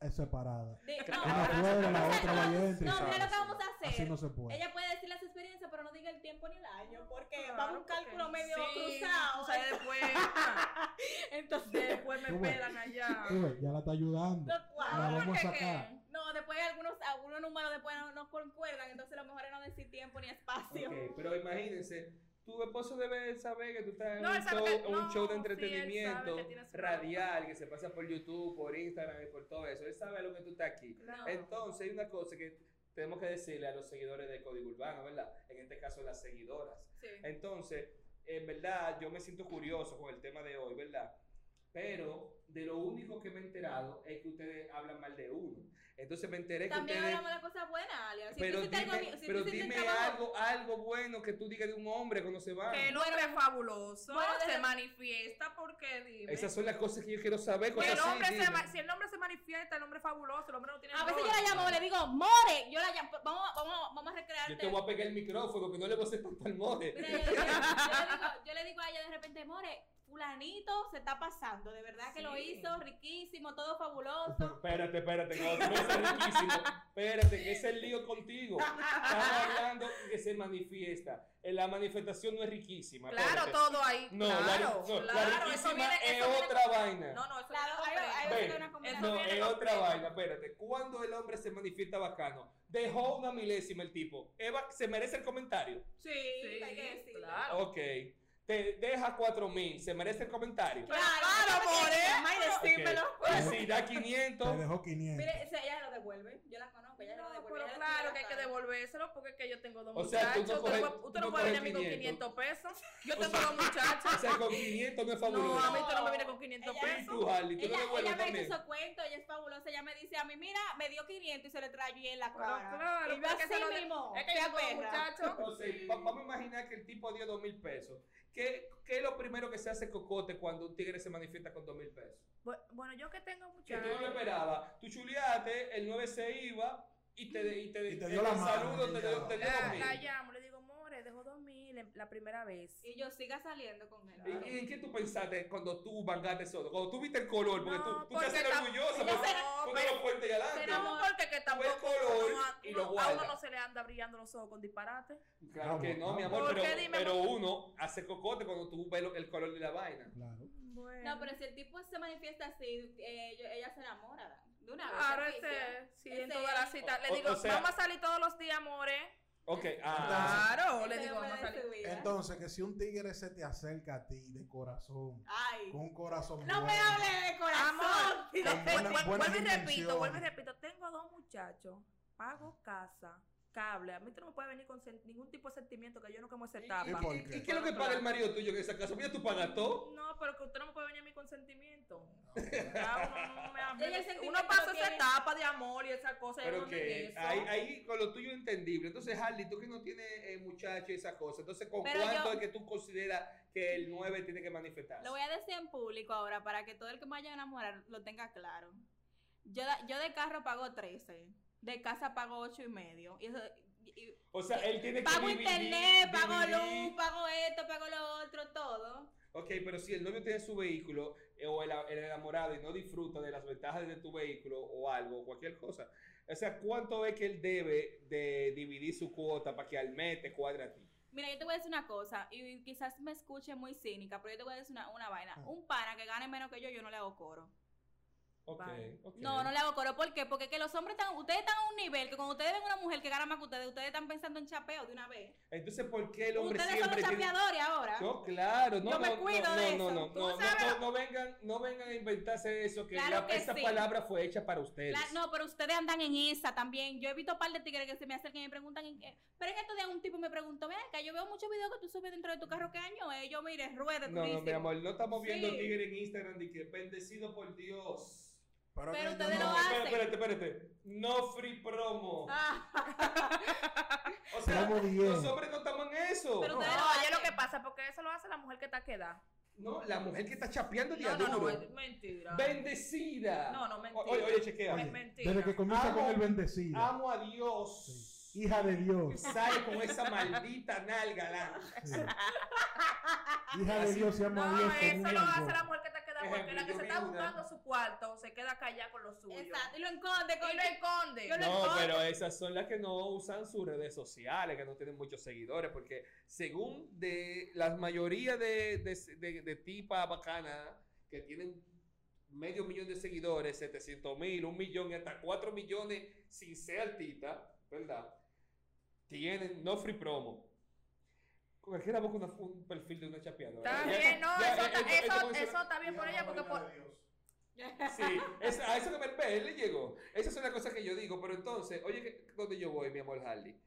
Speaker 4: eh, separada.
Speaker 2: De-
Speaker 1: Claro.
Speaker 2: no,
Speaker 4: Una fuera, la
Speaker 2: no, no,
Speaker 4: otra va adentro y
Speaker 2: No,
Speaker 4: sabe,
Speaker 2: mira lo que
Speaker 4: sí.
Speaker 2: vamos a
Speaker 4: Así
Speaker 2: hacer.
Speaker 4: no se puede.
Speaker 2: Ella puede decir las experiencias experiencia, pero no diga el tiempo ni el año, porque
Speaker 3: Claro,
Speaker 2: va a un cálculo
Speaker 3: porque-
Speaker 2: medio
Speaker 3: Sí,
Speaker 2: cruzado.
Speaker 3: tú
Speaker 2: [LAUGHS]
Speaker 3: sabes, después, ah,
Speaker 2: Entonces,
Speaker 3: después me
Speaker 4: Tú ves.
Speaker 3: pelan allá.
Speaker 4: Tú ves, ya la está ayudando.
Speaker 2: no,
Speaker 4: La
Speaker 2: cuadra.
Speaker 4: vamos a
Speaker 3: ¿Por qué
Speaker 4: sacar.
Speaker 3: qué?
Speaker 2: No, después algunos, algunos números después no, no concuerdan, entonces lo mejor es no decir tiempo ni espacio.
Speaker 1: Ok, pero imagínense, tu esposo debe saber que tú estás en
Speaker 3: No,
Speaker 1: un,
Speaker 3: él sabe
Speaker 1: show,
Speaker 3: que-
Speaker 1: en un
Speaker 3: no,
Speaker 1: show de
Speaker 3: sí, él sabe que
Speaker 1: entretenimiento
Speaker 3: tiene su
Speaker 1: radial que se pasa por YouTube, por Instagram y por todo eso. Él sabe a lo que tú estás aquí.
Speaker 2: No.
Speaker 1: Entonces, hay una cosa que tenemos que decirle a los seguidores de Código Urbano, ¿verdad? En este caso, las seguidoras.
Speaker 2: Sí.
Speaker 1: Entonces, en verdad, yo me siento curioso con el tema de hoy, ¿verdad? Pero de lo único que me he enterado es que ustedes hablan mal de uno. Entonces me enteré que
Speaker 2: También
Speaker 1: ustedes...
Speaker 2: hablamos de las cosas buenas, Alia. Si tú
Speaker 1: pero
Speaker 2: hiciste algo
Speaker 1: dime,
Speaker 2: bien- si tú
Speaker 1: pero
Speaker 2: hiciste el
Speaker 1: dime
Speaker 2: trabajo-
Speaker 1: algo, algo bueno que tú digas de un hombre cuando se va.
Speaker 3: Que el hombre es fabuloso,
Speaker 2: bueno,
Speaker 3: se
Speaker 2: desde-
Speaker 3: manifiesta porque dime.
Speaker 1: Esas son las cosas que yo quiero [LAUGHS] saber.
Speaker 3: Que
Speaker 1: cosas
Speaker 3: el
Speaker 1: así,
Speaker 3: hombre se
Speaker 1: dime.
Speaker 3: ma- si el hombre se manifiesta, el hombre es fabuloso, el hombre no tiene
Speaker 2: A veces yo
Speaker 3: error.
Speaker 2: la llamo, le digo, More, yo la llamo, vamos, vamos, vamos a recrearte.
Speaker 1: Yo te voy a pegar el micrófono que no le voy a hacer tanto al more.
Speaker 2: Mira, yo, le- yo le digo, yo le digo a ella de repente, More, fulanito se está pasando, de verdad que lo
Speaker 3: Sí.
Speaker 2: hizo, riquísimo, todo
Speaker 1: [LAUGHS]
Speaker 2: fabuloso.
Speaker 3: [LAUGHS]
Speaker 1: Espérate, espérate, que otro es riquísimo. Espérate, que es el lío contigo. Estamos hablando que se manifiesta. Eh, La manifestación no es riquísima.
Speaker 3: Claro,
Speaker 1: espérate.
Speaker 3: todo ahí.
Speaker 1: No,
Speaker 3: claro,
Speaker 1: la, no, la
Speaker 3: claro, eso
Speaker 1: riquísima
Speaker 3: viene-
Speaker 1: es
Speaker 3: eso viene-
Speaker 1: otra vaina.
Speaker 3: No, no, eso
Speaker 2: Claro,
Speaker 3: no
Speaker 2: hay, hay
Speaker 1: Ven,
Speaker 2: veces que una
Speaker 3: eso
Speaker 1: No,
Speaker 2: combinación.
Speaker 3: viene
Speaker 1: es
Speaker 3: con
Speaker 1: otra
Speaker 3: premio.
Speaker 1: vaina, espérate. Cuando el hombre se manifiesta bacano, dejó una milésima el tipo. Eva, se merece el comentario.
Speaker 2: Sí,
Speaker 3: Sí,
Speaker 2: hay que decirlo.
Speaker 3: claro.
Speaker 1: Ok. Te deja cuatro mil, se merece el comentario.
Speaker 2: Claro,
Speaker 3: Claro,
Speaker 2: no me quieres
Speaker 3: More.
Speaker 2: llamar y decímelo.
Speaker 3: Pues,
Speaker 1: Y si da
Speaker 4: Te
Speaker 1: 500,
Speaker 4: dejó 500.
Speaker 2: Mire, ese- ella lo devuelve, yo la conozco, ella lo
Speaker 3: No,
Speaker 2: devuelve.
Speaker 3: pero
Speaker 2: ella la- ella
Speaker 3: claro que hay
Speaker 2: la
Speaker 3: que
Speaker 2: sabe.
Speaker 3: devolvérselo porque es que yo tengo dos
Speaker 1: O sea, tú
Speaker 3: muchachos.
Speaker 1: no
Speaker 3: usted
Speaker 1: coges-
Speaker 3: no, usted no
Speaker 1: no
Speaker 3: puede venir
Speaker 1: coges
Speaker 3: a mí con
Speaker 1: 500.
Speaker 3: 500 pesos. Yo
Speaker 1: O
Speaker 3: tengo
Speaker 1: sea-
Speaker 3: dos muchachos.
Speaker 1: [LAUGHS] o sea, con 500 no es fabuloso.
Speaker 3: No, a mí tú no me
Speaker 2: No.
Speaker 3: vienes con 500
Speaker 1: Y
Speaker 2: Ella-
Speaker 3: pesos.
Speaker 1: tú, Harley, tú
Speaker 2: Ella,
Speaker 1: no
Speaker 2: ella
Speaker 1: devuelves
Speaker 2: me hizo
Speaker 1: también.
Speaker 2: esos cuentos, ella es fabulosa. Ella me dice a mí, mira, me dio 500 y se le trae en la
Speaker 3: Pero
Speaker 2: cara.
Speaker 3: claro,
Speaker 2: y yo
Speaker 3: pero que
Speaker 2: así
Speaker 3: se lo de-
Speaker 2: mismo.
Speaker 3: Es que
Speaker 2: sea
Speaker 3: yo tengo dos
Speaker 2: perra.
Speaker 3: muchachos.
Speaker 1: Entonces, va- vamos a imaginar que el tipo dio dos mil pesos. ¿Qué, ¿Qué es lo primero que se hace cocote cuando un tigre se manifiesta con dos mil pesos?
Speaker 3: Bu- Bueno, yo que tengo
Speaker 1: Que tú no lo
Speaker 3: muchachos.
Speaker 1: esperabas. Tú chuleaste, el 9 se iba y te, y te,
Speaker 4: Y te dio la
Speaker 1: el
Speaker 4: mano,
Speaker 1: saludo,
Speaker 4: y
Speaker 1: te
Speaker 4: ya.
Speaker 1: dio, te dio dos
Speaker 3: La,
Speaker 1: mil.
Speaker 3: la llamo, le digo, More, dejo 2000 la primera vez.
Speaker 2: Y yo siga saliendo con él.
Speaker 1: ¿Y- ¿Y en qué tú pensaste cuando tú bangaste solo? Cuando tú viste el color, porque
Speaker 3: No,
Speaker 1: tú, tú
Speaker 3: porque
Speaker 1: te haces
Speaker 3: tam-
Speaker 1: orgulloso,
Speaker 3: no,
Speaker 1: porque tú- tú no
Speaker 3: pero-
Speaker 1: lo puentes y adelante.
Speaker 3: Pero no, porque que tampoco
Speaker 1: color
Speaker 3: uno a-
Speaker 1: y lo
Speaker 3: uno- a
Speaker 1: guarda.
Speaker 3: uno no se le anda brillando los ojos con disparate.
Speaker 1: Claro que no, mi amor,
Speaker 3: ¿Por
Speaker 1: pero,
Speaker 3: qué? Dime,
Speaker 1: pero uno hace cocote cuando tú ves lo- el color de la vaina.
Speaker 4: Claro.
Speaker 3: Bueno.
Speaker 2: No, pero si el tipo se manifiesta así, eh, yo- ella se enamora Dan, de una vez.
Speaker 3: Ahora
Speaker 2: así,
Speaker 3: ese, sí, en
Speaker 2: Ese-
Speaker 3: todas las citas.
Speaker 1: o-
Speaker 3: Le digo,
Speaker 1: o sea-
Speaker 3: vamos a salir todos los días, More.
Speaker 1: Ok, ah.
Speaker 3: Claro,
Speaker 2: Ese
Speaker 3: le digo,
Speaker 2: hombre
Speaker 3: vamos a
Speaker 2: de
Speaker 3: salir.
Speaker 2: su vida.
Speaker 4: Entonces, que si un tigre se te acerca a ti de corazón,
Speaker 2: Ay,
Speaker 4: con un corazón
Speaker 2: no me
Speaker 4: bueno,
Speaker 2: hable de corazón.
Speaker 3: [LAUGHS] Amor,
Speaker 2: tío.
Speaker 4: Con
Speaker 3: Vuel-
Speaker 4: buenas-
Speaker 3: vuel-
Speaker 4: buenas
Speaker 3: vuelvo y repito,
Speaker 4: intenciones.
Speaker 3: vuelvo y repito. Tengo dos muchachos, pago casa, cable. A mí tú no me puedes venir con sen- ningún tipo de sentimiento que yo no como esa
Speaker 1: ¿Y-
Speaker 3: etapa.
Speaker 4: por
Speaker 1: ¿Y, ah. y-
Speaker 4: qué?
Speaker 1: y qué es lo que paga el marido tuyo en esa casa? Mira, tú pagas todo.
Speaker 3: No, pero que usted no me puede venir a mí con sentimiento. Ya, uno, no me hable.
Speaker 2: Ella el
Speaker 3: uno
Speaker 2: sentimiento
Speaker 3: pasa
Speaker 2: lo
Speaker 3: esa
Speaker 2: tiene.
Speaker 3: etapa de amor y esa cosa.
Speaker 1: Pero
Speaker 3: uno en
Speaker 1: que
Speaker 3: eso.
Speaker 1: ahí, ahí con lo tuyo es entendible. Entonces, Harley, tú que no tienes eh, muchacho y esa cosa, entonces, ¿con
Speaker 2: Pero
Speaker 1: cuánto
Speaker 2: yo-
Speaker 1: es que tú consideras que el 9 tiene que manifestarse?
Speaker 2: Lo voy a decir en público ahora para que todo el que me vaya a enamorar lo tenga claro. Yo, da- yo de carro pago 13, de casa pago 8 y medio. Y eso, y- y-
Speaker 1: O sea, él tiene que
Speaker 2: pago
Speaker 1: dividir-
Speaker 2: internet, pago
Speaker 1: dividir.
Speaker 2: luz, pago esto, pago lo otro, todo.
Speaker 1: Ok, pero si el novio tiene su vehículo eh, o el, el enamorado y no disfruta de las ventajas de tu vehículo o algo, cualquier cosa. O sea, ¿cuánto es que él debe de dividir su cuota para que al mes te cuadre a ti?
Speaker 2: Mira, yo te voy a decir una cosa, y quizás me escuche muy cínica, pero yo te voy a decir una, una vaina.
Speaker 4: Ah.
Speaker 2: Un pana que gane menos que yo, yo no le hago coro.
Speaker 1: Ok,
Speaker 3: Vale.
Speaker 1: ok.
Speaker 2: No, no le hago coro. ¿Por qué? Porque es que los hombres están, ustedes están a un nivel que cuando ustedes ven una mujer que gana más que ustedes, ustedes están pensando en chapeo de una vez.
Speaker 1: Entonces, ¿por qué el hombre
Speaker 2: Ustedes son
Speaker 1: siempre
Speaker 2: los
Speaker 1: tiene...
Speaker 2: chapeadores ahora.
Speaker 1: No, claro, no,
Speaker 2: Yo me
Speaker 1: no, no,
Speaker 2: cuido
Speaker 1: no,
Speaker 2: de
Speaker 1: no,
Speaker 2: eso.
Speaker 1: no,
Speaker 2: Tú
Speaker 1: no,
Speaker 2: sabes
Speaker 1: no, no vengan, no vengan a inventarse eso, que
Speaker 2: Claro
Speaker 1: la-
Speaker 2: que
Speaker 1: esa
Speaker 2: sí.
Speaker 1: palabra fue hecha para ustedes.
Speaker 2: La- no, pero ustedes andan en esa también. Yo he visto un par de tigres que se me acercan y me preguntan. en qué- Pero en estos días un tipo me preguntó: Ven acá, yo veo muchos videos que tú subes dentro de tu carro. ¿Qué año es? Yo, mire,
Speaker 1: no,
Speaker 2: rueda,
Speaker 1: no,
Speaker 2: durísimo.
Speaker 1: mi amor, no estamos viendo
Speaker 2: Sí.
Speaker 1: tigre en Instagram de que bendecido por Dios.
Speaker 4: Pero,
Speaker 2: Pero
Speaker 4: que
Speaker 2: ustedes
Speaker 4: yo
Speaker 2: lo
Speaker 4: no-
Speaker 2: hacen.
Speaker 1: Espérate, espérate, espérate. No free promo.
Speaker 2: Ah,
Speaker 1: [LAUGHS] O sea,
Speaker 4: Promo bien.
Speaker 1: los hombres no estamos en eso.
Speaker 2: Pero
Speaker 3: No,
Speaker 2: ustedes lo
Speaker 3: ya
Speaker 2: hacen.
Speaker 3: lo que pasa, porque eso lo hace la mujer que está quedada.
Speaker 1: No, la mujer que está chapeando día
Speaker 3: No, no, no,
Speaker 1: duro.
Speaker 3: es mentira.
Speaker 1: Bendecida.
Speaker 3: No, no, mentira.
Speaker 1: O- Oye, oye, chequea.
Speaker 3: Es
Speaker 4: Oye,
Speaker 3: mentira.
Speaker 4: Desde que comienza
Speaker 1: Amo-
Speaker 4: con el bendecido.
Speaker 1: Amo a Dios.
Speaker 4: Sí. Hija de
Speaker 3: [LAUGHS]
Speaker 4: Dios.
Speaker 1: Sale con esa maldita nalga, la.
Speaker 4: Sí. Hija de
Speaker 1: Así-
Speaker 4: Dios se llama
Speaker 3: No,
Speaker 4: Dios.
Speaker 3: eso lo hace la mujer que te queda
Speaker 1: Ejemplo,
Speaker 3: porque la que
Speaker 1: yo
Speaker 3: se
Speaker 1: vi
Speaker 3: está
Speaker 1: una.
Speaker 3: buscando su cuarto se queda callada con lo suyo.
Speaker 2: Exacto, y lo enconde con
Speaker 3: Y lo esconde.
Speaker 2: Yo lo-
Speaker 1: No,
Speaker 2: encontré.
Speaker 1: pero esas son las que no usan sus redes sociales, que no tienen muchos seguidores, porque según de la mayoría de, de, de- de tipas bacanas que tienen medio millón de seguidores, 700 mil, un millón y hasta 4 millones sin ser altita, ¿verdad? Tienen no free promo. Cualquiera busca una- un perfil de una chapeadora.
Speaker 3: Está
Speaker 1: Ya,
Speaker 3: bien, no,
Speaker 1: ya,
Speaker 3: eso,
Speaker 1: ya,
Speaker 3: está,
Speaker 1: ya, ya,
Speaker 3: eso,
Speaker 1: ya,
Speaker 3: eso está bien por ella porque por...
Speaker 2: [LAUGHS]
Speaker 1: Sí, es- a eso que me él le llegó. Esas son las cosas que yo digo, pero entonces, oye, que- ¿dónde yo voy, mi amor Harley?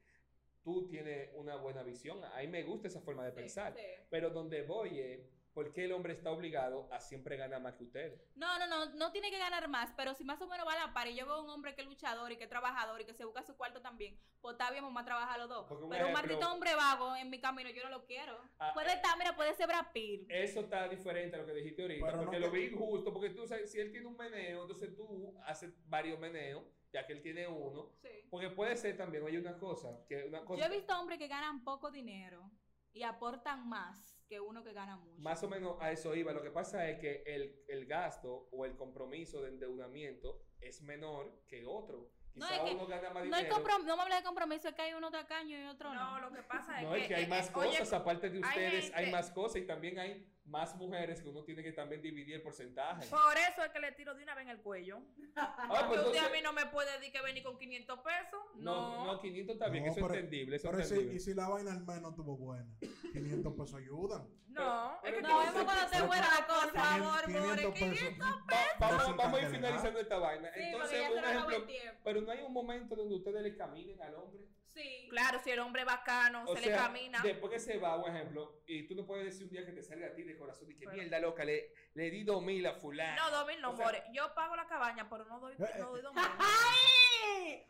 Speaker 1: Tú tienes una buena visión, a mí me gusta esa forma de pensar,
Speaker 2: Sí.
Speaker 1: pero donde voy es, ¿por qué el hombre está obligado a siempre ganar más que usted?
Speaker 2: No, no, no, no tiene que ganar más, pero si más o menos va a la par y yo veo un hombre que es luchador y que es trabajador y que se busca su cuarto también, pues está bien, vamos a trabajar los dos.
Speaker 1: Porque un
Speaker 2: Pero un
Speaker 1: ejemplo-
Speaker 2: maldito hombre vago en mi camino, yo no lo quiero.
Speaker 1: Ah,
Speaker 2: Puede estar, mira, puede ser brapil.
Speaker 1: Eso está diferente a lo que dijiste ahorita,
Speaker 4: Pero no
Speaker 1: porque
Speaker 4: que-
Speaker 1: lo vi injusto, porque tú, sabes, si él tiene un meneo, entonces tú haces varios meneos, ya que él tiene uno,
Speaker 2: Sí.
Speaker 1: porque puede ser también, oye, una cosa, que una
Speaker 2: Yo
Speaker 1: cosa
Speaker 2: he visto hombres que ganan poco dinero y aportan más que uno que gana mucho.
Speaker 1: Más o menos a eso iba. Lo que pasa es que el, el gasto o el compromiso de endeudamiento es menor que otro.
Speaker 2: No,
Speaker 1: Quizá
Speaker 2: es que
Speaker 1: uno gana más
Speaker 2: no, hay
Speaker 1: dinero.
Speaker 2: comprom- no me hables de compromiso, es que hay uno tacaño y otro no.
Speaker 3: No, lo que pasa es
Speaker 1: No, es que hay
Speaker 3: eh,
Speaker 1: más
Speaker 3: eh, oye,
Speaker 1: cosas, aparte de
Speaker 3: hay
Speaker 1: ustedes, hay
Speaker 3: gente-
Speaker 1: más cosas y también hay más mujeres que uno tiene que también dividir el porcentaje.
Speaker 2: Ah,
Speaker 3: Por eso es que le tiro de una vez en el cuello.
Speaker 1: Ah,
Speaker 3: Porque
Speaker 1: pues
Speaker 3: usted a
Speaker 1: entonces-
Speaker 3: mí no me puede decir que vení con 500 pesos.
Speaker 1: no,
Speaker 3: No.
Speaker 1: no, 500 también,
Speaker 4: No,
Speaker 1: eso es
Speaker 4: pero-
Speaker 1: entendible. Eso
Speaker 4: Pero
Speaker 1: es
Speaker 4: si, y
Speaker 1: entendible.
Speaker 4: si la vaina al menos estuvo buena, 500 pesos ayudan.
Speaker 3: No,
Speaker 1: Pero- pero
Speaker 3: es que
Speaker 2: No,
Speaker 3: tú-
Speaker 2: vemos cuando te
Speaker 4: Pero-
Speaker 2: muera la
Speaker 3: Por
Speaker 2: cosa.
Speaker 3: favor, pobre,
Speaker 4: 500
Speaker 3: 500
Speaker 4: pesos.
Speaker 1: Va-
Speaker 4: No
Speaker 1: vamos,
Speaker 4: son
Speaker 1: vamos a ir
Speaker 4: tan delegadas.
Speaker 1: finalizando esta vaina.
Speaker 2: Sí, porque
Speaker 1: Entonces,
Speaker 2: ya se
Speaker 1: un
Speaker 2: nos acabó el
Speaker 1: ejemplo.
Speaker 2: tiempo.
Speaker 1: Pero no hay un momento donde ustedes le caminen al hombre.
Speaker 2: Sí.
Speaker 3: Claro, si el hombre es bacano,
Speaker 1: O
Speaker 3: Ah, se le
Speaker 1: sea,
Speaker 3: camina.
Speaker 1: Después que se va, por ejemplo, y tú no puedes decir un día que te salga a ti de corazón y que
Speaker 3: Pero-
Speaker 1: mierda loca, le, le di dos mil a fulano.
Speaker 3: No, dos mil no,
Speaker 1: O sea-
Speaker 3: more. Yo pago la cabaña, pero no eh, doy, no doy dos [LAUGHS] mil.
Speaker 2: ¡Ay!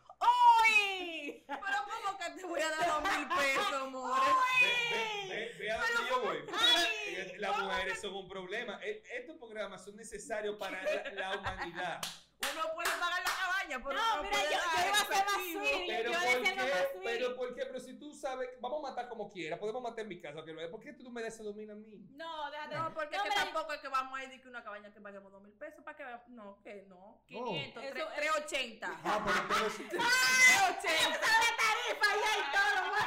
Speaker 2: ¡Uy!
Speaker 3: pero ¿cómo que te voy a dar dos mil pesos, more?
Speaker 1: Ve, ve, ve- ve a dónde yo voy.
Speaker 3: [LAUGHS]
Speaker 2: ay,
Speaker 1: [LAUGHS] Las mujeres son un problema. E- Estos programas son necesarios
Speaker 3: [LAUGHS]
Speaker 1: para la, la humanidad.
Speaker 3: Uno puede pagar la cabaña, pero
Speaker 2: No,
Speaker 3: no
Speaker 2: mira,
Speaker 3: puede
Speaker 2: yo, yo
Speaker 3: dar
Speaker 2: iba a ser más
Speaker 3: efectivo.
Speaker 2: sweet.
Speaker 1: Pero
Speaker 2: yo
Speaker 1: ¿por
Speaker 2: decía
Speaker 1: qué?
Speaker 2: algo más sweet.
Speaker 1: Pero ¿por qué? Pero si tú sabes, vamos a matar como quiera, podemos matar en mi casa, que lo es. ¿por qué tú no me das ese dos mil a
Speaker 3: [LAUGHS]
Speaker 1: mí?
Speaker 2: No, déjate.
Speaker 3: No, porque
Speaker 2: No,
Speaker 3: que
Speaker 2: mira,
Speaker 3: tampoco es que vamos a ir de que una cabaña que paguemos dos mil pesos para que vea- No, que no. 500,
Speaker 2: Eso- [LAUGHS]
Speaker 3: tre- 380.
Speaker 4: Ah, pero ustedes,
Speaker 3: 380.
Speaker 2: tarifa ya y todo, güey.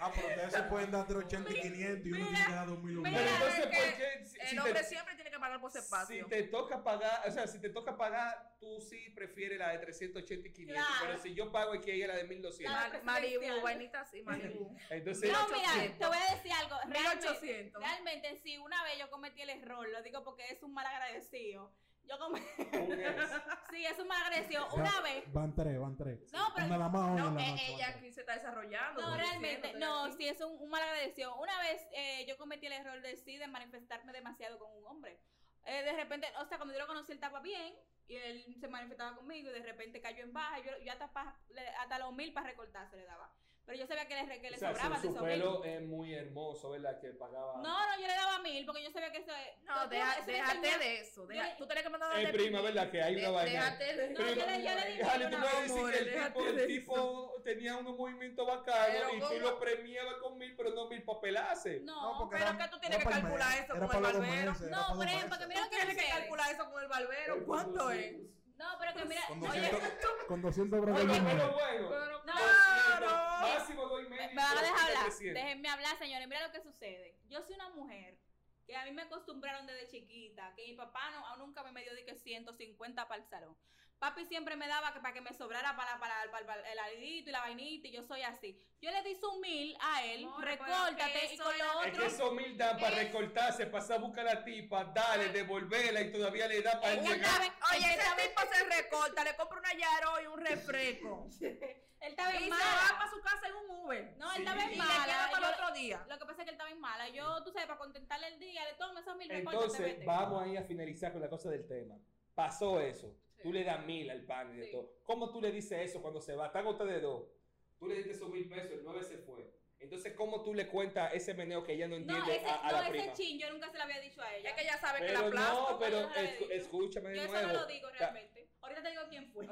Speaker 4: ah, pero ustedes se pueden dar entre 80 y 500 y uno tiene que dar 2000 o
Speaker 3: mira,
Speaker 1: Pero
Speaker 4: menos.
Speaker 1: entonces,
Speaker 3: es que
Speaker 1: ¿por qué? Si- si
Speaker 3: El
Speaker 1: te-
Speaker 3: hombre siempre tiene que pagar por su espacio.
Speaker 1: Si te toca pagar, o sea, si te toca pagar, tú sí prefieres la de 380 y 500,
Speaker 2: Claro.
Speaker 1: pero si yo pago aquí hay la de 1200.
Speaker 2: Claro.
Speaker 3: Mar- Malibu,
Speaker 2: presidencial.
Speaker 3: vainita así, Malibu.
Speaker 1: Entonces,
Speaker 2: No,
Speaker 3: 1800.
Speaker 2: mira, te voy a decir algo. Realmente,
Speaker 3: 1800.
Speaker 2: realmente, sí, una vez yo cometí el error, lo digo porque es un mal agradecido. Yo cometí,
Speaker 1: [LAUGHS] un ex.
Speaker 2: [LAUGHS] sí, es un mal
Speaker 3: [LAUGHS]
Speaker 2: agradecido. Una vez.
Speaker 4: Van tres, van tres.
Speaker 2: No, pero
Speaker 4: Una la más, una
Speaker 3: No,
Speaker 4: la
Speaker 3: que
Speaker 4: más.
Speaker 3: ella aquí se está desarrollando.
Speaker 2: No,
Speaker 3: estoy
Speaker 2: realmente,
Speaker 3: diciendo,
Speaker 2: no,
Speaker 3: estoy
Speaker 2: sí, es un, un mal agradecido. Una vez eh, yo cometí el error de sí, de manifestarme demasiado con un hombre. Eh, de repente, o sea, cuando yo lo conocí, él estaba bien y él se manifestaba conmigo y de repente cayó en baja. Yo, yo hasta, pa- le- hasta los mil para recortar se le daba. Pero yo sabía que le, que le
Speaker 1: O sea,
Speaker 2: sobraba
Speaker 1: su,
Speaker 2: de
Speaker 1: su
Speaker 2: esos mil.
Speaker 1: pelo es eh, muy hermoso, ¿verdad? Que pagaba.
Speaker 2: No, no, yo le daba mil porque yo sabía que eso es.
Speaker 3: No, deja-
Speaker 2: eso me
Speaker 3: déjate
Speaker 2: enseñó-
Speaker 3: de eso. deja-
Speaker 2: yo le-
Speaker 3: tú tenés que mandar
Speaker 1: Es
Speaker 3: donde
Speaker 1: prima,
Speaker 3: primo.
Speaker 1: ¿verdad? Que hay
Speaker 3: De-
Speaker 1: una vaina.
Speaker 3: Déjate de
Speaker 2: No, yo
Speaker 1: Prima.
Speaker 2: le, yo le dije.
Speaker 1: Jale,
Speaker 2: no,
Speaker 1: tú
Speaker 2: no,
Speaker 1: me vas a decir
Speaker 3: amor,
Speaker 1: que el
Speaker 3: déjate
Speaker 1: tipo, el
Speaker 3: de
Speaker 1: tipo tenía unos movimientos bacanos
Speaker 3: Pero
Speaker 1: y tú
Speaker 3: ¿cómo?
Speaker 1: lo premiabas con mil, pero no mil papelaces.
Speaker 2: no,
Speaker 3: pero que tú tienes que calcular eso con el barbero.
Speaker 2: No, por ejemplo, que mira
Speaker 3: Tú
Speaker 2: lo que
Speaker 3: tienes que
Speaker 2: sucede.
Speaker 3: calcular eso con el barbero. ¿Cuánto es?
Speaker 2: No, pero que mira.
Speaker 4: Con
Speaker 2: Oye,
Speaker 4: 200, con 200
Speaker 1: Oye,
Speaker 4: brazos.
Speaker 1: pero bueno.
Speaker 3: Pero
Speaker 1: 200,
Speaker 2: No,
Speaker 3: claro.
Speaker 1: Máximo dos y medio.
Speaker 2: Me van a dejar hablar.
Speaker 1: 300.
Speaker 2: Déjenme hablar, señores. Mira lo que sucede. Yo soy una mujer que a mí me acostumbraron desde chiquita, que mi papá no, nunca me dio de que 150 para el salón. Papi siempre me daba que para que me sobrara para, para, para- para el alidito y la vainita, y yo soy así. Yo le di su mil a él,
Speaker 3: Amor, pero
Speaker 2: recórtate,
Speaker 3: que
Speaker 2: y
Speaker 3: eso
Speaker 2: con lo
Speaker 3: era-
Speaker 1: Es que
Speaker 2: otro...
Speaker 1: esos mil dan para recortarse, pasar a buscar a la tipa, dale, devolverla y todavía le da para
Speaker 2: Ella
Speaker 1: llegar.
Speaker 2: estaba Ah. en-
Speaker 3: Oye,
Speaker 2: ella
Speaker 3: ese
Speaker 2: estaba en-
Speaker 3: tipo se recorta, le compra una Yaro y un
Speaker 2: [LAUGHS]
Speaker 3: refresco.
Speaker 2: él estaba
Speaker 3: y
Speaker 2: en
Speaker 3: se va
Speaker 2: mala.
Speaker 3: para su casa en un Uber.
Speaker 2: No, él
Speaker 1: Sí.
Speaker 2: estaba
Speaker 3: Y
Speaker 2: en
Speaker 3: le queda
Speaker 2: mala.
Speaker 3: para el
Speaker 2: Yo-
Speaker 3: otro día.
Speaker 2: lo que pasa es que él estaba en mala. Yo, tú sabes, para contentarle el día, le tomo esos mil, recórtate,
Speaker 1: Entonces,
Speaker 2: vete.
Speaker 1: vamos ahí a finalizar con la cosa del tema. Pasó eso. Tú le das mil al pan y de
Speaker 2: Sí.
Speaker 1: todo. ¿Cómo tú le dices eso cuando se va? Están ustedes dos. Tú le diste esos mil pesos, el nueve se fue. Entonces, ¿cómo tú le cuentas ese meneo que ella no
Speaker 2: No,
Speaker 1: entiende
Speaker 2: ese,
Speaker 1: a, a
Speaker 2: no,
Speaker 1: la
Speaker 2: ese
Speaker 1: prima?
Speaker 2: chin yo nunca se lo había dicho a ella.
Speaker 3: Es que ya sabe que la
Speaker 1: Pero
Speaker 3: plaza.
Speaker 1: no, pero
Speaker 2: yo no la
Speaker 1: es-
Speaker 2: he dicho.
Speaker 1: escúchame de
Speaker 2: Yo eso
Speaker 1: nuevo.
Speaker 2: no lo digo
Speaker 1: Ta-
Speaker 2: realmente. Ahorita te digo quién fue.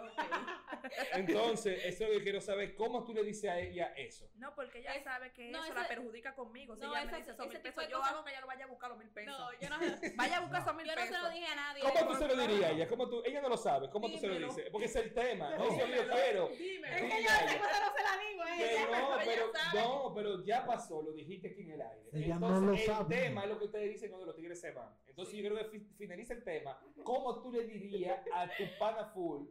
Speaker 1: Entonces, eso es lo que quiero saber. ¿Cómo tú le dices a ella eso?
Speaker 3: No, porque ella
Speaker 2: Es-
Speaker 3: sabe que
Speaker 2: no,
Speaker 3: eso
Speaker 2: esa-
Speaker 3: la perjudica conmigo. Si
Speaker 2: no,
Speaker 3: ella
Speaker 2: esa-
Speaker 3: me dice esos
Speaker 2: ese
Speaker 3: mil
Speaker 2: tipo de
Speaker 3: pesos, yo
Speaker 2: cosas-
Speaker 3: hago que ella lo vaya a buscar los mil pesos.
Speaker 2: No, yo no, yo
Speaker 3: Vaya a buscar esos mil
Speaker 2: no se
Speaker 3: pesos.
Speaker 2: lo dije a nadie.
Speaker 1: ¿Cómo tú se lo
Speaker 2: No, no,
Speaker 1: dirías a ella? ¿Cómo tú? Ella no lo sabe. ¿Cómo tú se lo
Speaker 3: Dímelo.
Speaker 1: dices? Porque es el
Speaker 2: [LAUGHS]
Speaker 1: tema. No, Dice, oye,
Speaker 3: Dímelo.
Speaker 1: pero.
Speaker 2: Es
Speaker 3: Dime.
Speaker 2: que yo esa cosa no se la digo a
Speaker 1: Que
Speaker 2: ella.
Speaker 1: no,
Speaker 2: ella
Speaker 1: pero,
Speaker 2: sabe.
Speaker 1: no, pero ya pasó, lo dijiste aquí en el aire.
Speaker 5: Ella no
Speaker 1: Entonces,
Speaker 5: lo
Speaker 1: el
Speaker 5: sabe.
Speaker 1: tema es lo que ustedes dicen cuando los tigres se van. Entonces, yo creo que fi- finaliza el tema. ¿Cómo tú le dirías a tu pana full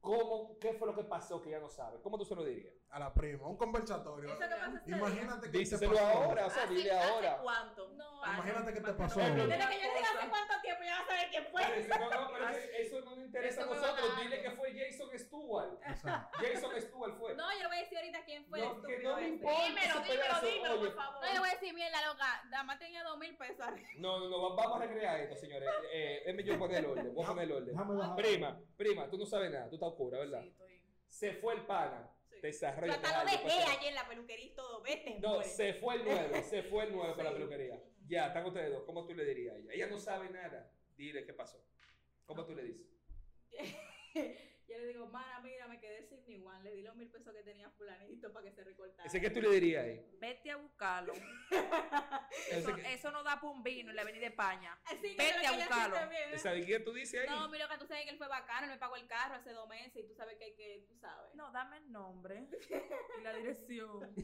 Speaker 1: cómo, qué fue lo que pasó que ya no sabe? ¿Cómo tú se lo dirías?
Speaker 4: A la prima, un conversatorio.
Speaker 2: Eso que pasa es
Speaker 4: Imagínate que te
Speaker 1: Díselo
Speaker 4: pasó.
Speaker 1: ahora, o sea, dile ahora.
Speaker 3: cuánto?
Speaker 2: No,
Speaker 1: Ah,
Speaker 3: Para-
Speaker 4: Imagínate que te
Speaker 3: para
Speaker 4: pasó.
Speaker 3: no me
Speaker 2: Desde
Speaker 3: olvide
Speaker 2: que yo
Speaker 3: la
Speaker 2: le diga
Speaker 3: cosa.
Speaker 2: hace cuánto tiempo ya va a saber quién
Speaker 1: Pero
Speaker 2: fue.
Speaker 1: si no, no, pero eso- eso no nos interesa a
Speaker 2: Eso me
Speaker 1: nosotros.
Speaker 2: va a dar.
Speaker 1: Dile que fue Jason Stewart.
Speaker 4: Exacto.
Speaker 1: Jason Stewart fue.
Speaker 2: No, yo le voy a decir ahorita quién fue. el
Speaker 1: No, que
Speaker 2: estúpido
Speaker 1: no me
Speaker 2: ese.
Speaker 1: importa
Speaker 2: Dímelo,
Speaker 1: ese
Speaker 2: dímelo,
Speaker 1: pedazo,
Speaker 2: dímelo,
Speaker 1: oye.
Speaker 2: por favor. No, yo le voy a decir, mira, loca, nada más tenía dos mil pesos arriba.
Speaker 1: No, no, no, va- vamos a recrear esto, señores. Eh, déjame yo poner el orden, voy a poner el orden.
Speaker 5: Déjame bajar.
Speaker 1: Prima, prima, tú no sabes nada, tú estás oscura, ¿verdad?
Speaker 3: Sí, estoy-
Speaker 1: Se fue el pana.
Speaker 3: sí.
Speaker 2: Yo
Speaker 1: Desarrollo.
Speaker 2: hasta lo dejé ayer en la peluquería y todo, vete. pues.
Speaker 1: No,
Speaker 2: muere.
Speaker 1: se fue el 9,
Speaker 3: [LAUGHS]
Speaker 1: se fue el 9 para la
Speaker 3: Sí.
Speaker 1: peluquería. Ya, están ustedes dos. ¿Cómo tú le dirías a ella? Ella no sabe nada. Dile qué pasó. ¿Cómo tú le dices?
Speaker 2: [LAUGHS] Yo le digo, mana, mira, me quedé sin ni one. Le di los mil pesos que tenía fulanito para que se recortara.
Speaker 1: Ese que tú le dirías ahí.
Speaker 3: Vete
Speaker 1: [LAUGHS]
Speaker 3: a buscarlo.
Speaker 1: Ese
Speaker 3: Eso,
Speaker 1: que-
Speaker 3: eso no da para un vino en la avenida de España.
Speaker 2: Así que
Speaker 3: Vete
Speaker 2: creo que
Speaker 3: a
Speaker 2: yo sí
Speaker 3: buscarlo.
Speaker 2: también, ¿eh?
Speaker 1: ¿Sabes qué tú dices ahí?
Speaker 2: No, mi loca, tú sabes que él fue bacano, él me pagó el carro hace dos meses y tú sabes que, que tú sabes.
Speaker 3: No, dame el nombre y la
Speaker 1: [LAUGHS]
Speaker 3: dirección.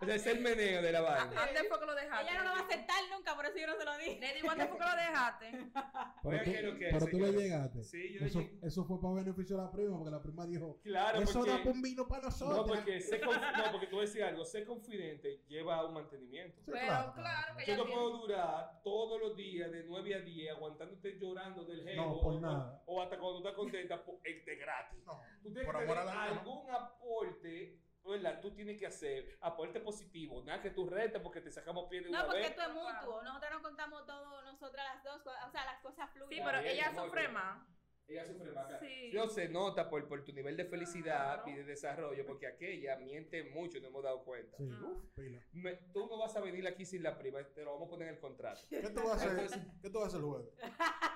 Speaker 1: O sea, es el meneo de la vaina.
Speaker 3: ¿Dónde fue que lo dejaste?
Speaker 2: Ella no lo va a aceptar nunca, por eso yo no se lo dije.
Speaker 3: Le digo, ¿dónde fue que
Speaker 2: [LAUGHS]
Speaker 3: lo dejaste?
Speaker 5: Pero,
Speaker 1: Oigan
Speaker 5: tú,
Speaker 1: que lo que es,
Speaker 5: pero tú le
Speaker 1: señores.
Speaker 5: llegaste.
Speaker 1: Sí, yo
Speaker 5: Eso,
Speaker 1: dije-
Speaker 5: eso fue para beneficio de la prima, porque la prima dijo,
Speaker 1: Claro,
Speaker 5: eso da pa'
Speaker 1: porque.
Speaker 5: un vino para
Speaker 1: No,
Speaker 5: nosotros.
Speaker 1: porque, sé conf- no, porque tú decías algo, ser confidente lleva a un mantenimiento.
Speaker 5: Sí,
Speaker 3: Pero
Speaker 5: claro,
Speaker 3: claro que
Speaker 1: Yo
Speaker 3: ya
Speaker 1: no
Speaker 3: tiene-
Speaker 1: puedo durar todos los días de 9 a 10 aguantándote llorando del jefe
Speaker 5: No, por nada.
Speaker 1: o hasta cuando estás contenta, po- el de gratis.
Speaker 4: No,
Speaker 1: Tú tienes
Speaker 4: Por
Speaker 1: que
Speaker 4: amor
Speaker 1: tener
Speaker 4: a la arte, ¿no?
Speaker 1: algún aporte, ¿verdad? Tú tienes que hacer aporte positivo, nada que tú rentes porque te sacamos pie de una
Speaker 2: No, porque
Speaker 1: vez.
Speaker 2: esto es mutuo. Nosotras nos contamos todo, nosotras las dos, o sea, las cosas fluyen.
Speaker 3: Sí, pero
Speaker 1: Está bien,
Speaker 3: ella
Speaker 1: muy
Speaker 3: sufre
Speaker 1: bien.
Speaker 3: más.
Speaker 1: Ella sufre más. claro.
Speaker 3: Sí.
Speaker 1: No se nota por, por tu nivel de felicidad
Speaker 3: Claro.
Speaker 1: y de desarrollo, porque aquella miente mucho, no hemos dado cuenta.
Speaker 5: Sí,
Speaker 3: Ah.
Speaker 5: uf, pila.
Speaker 1: Me- tú no vas a venir aquí sin la prima, te lo vamos a poner en el
Speaker 2: [LAUGHS]
Speaker 1: contrato.
Speaker 4: ¿Qué tú vas a hacer? ¿Qué tú vas a hacer luego?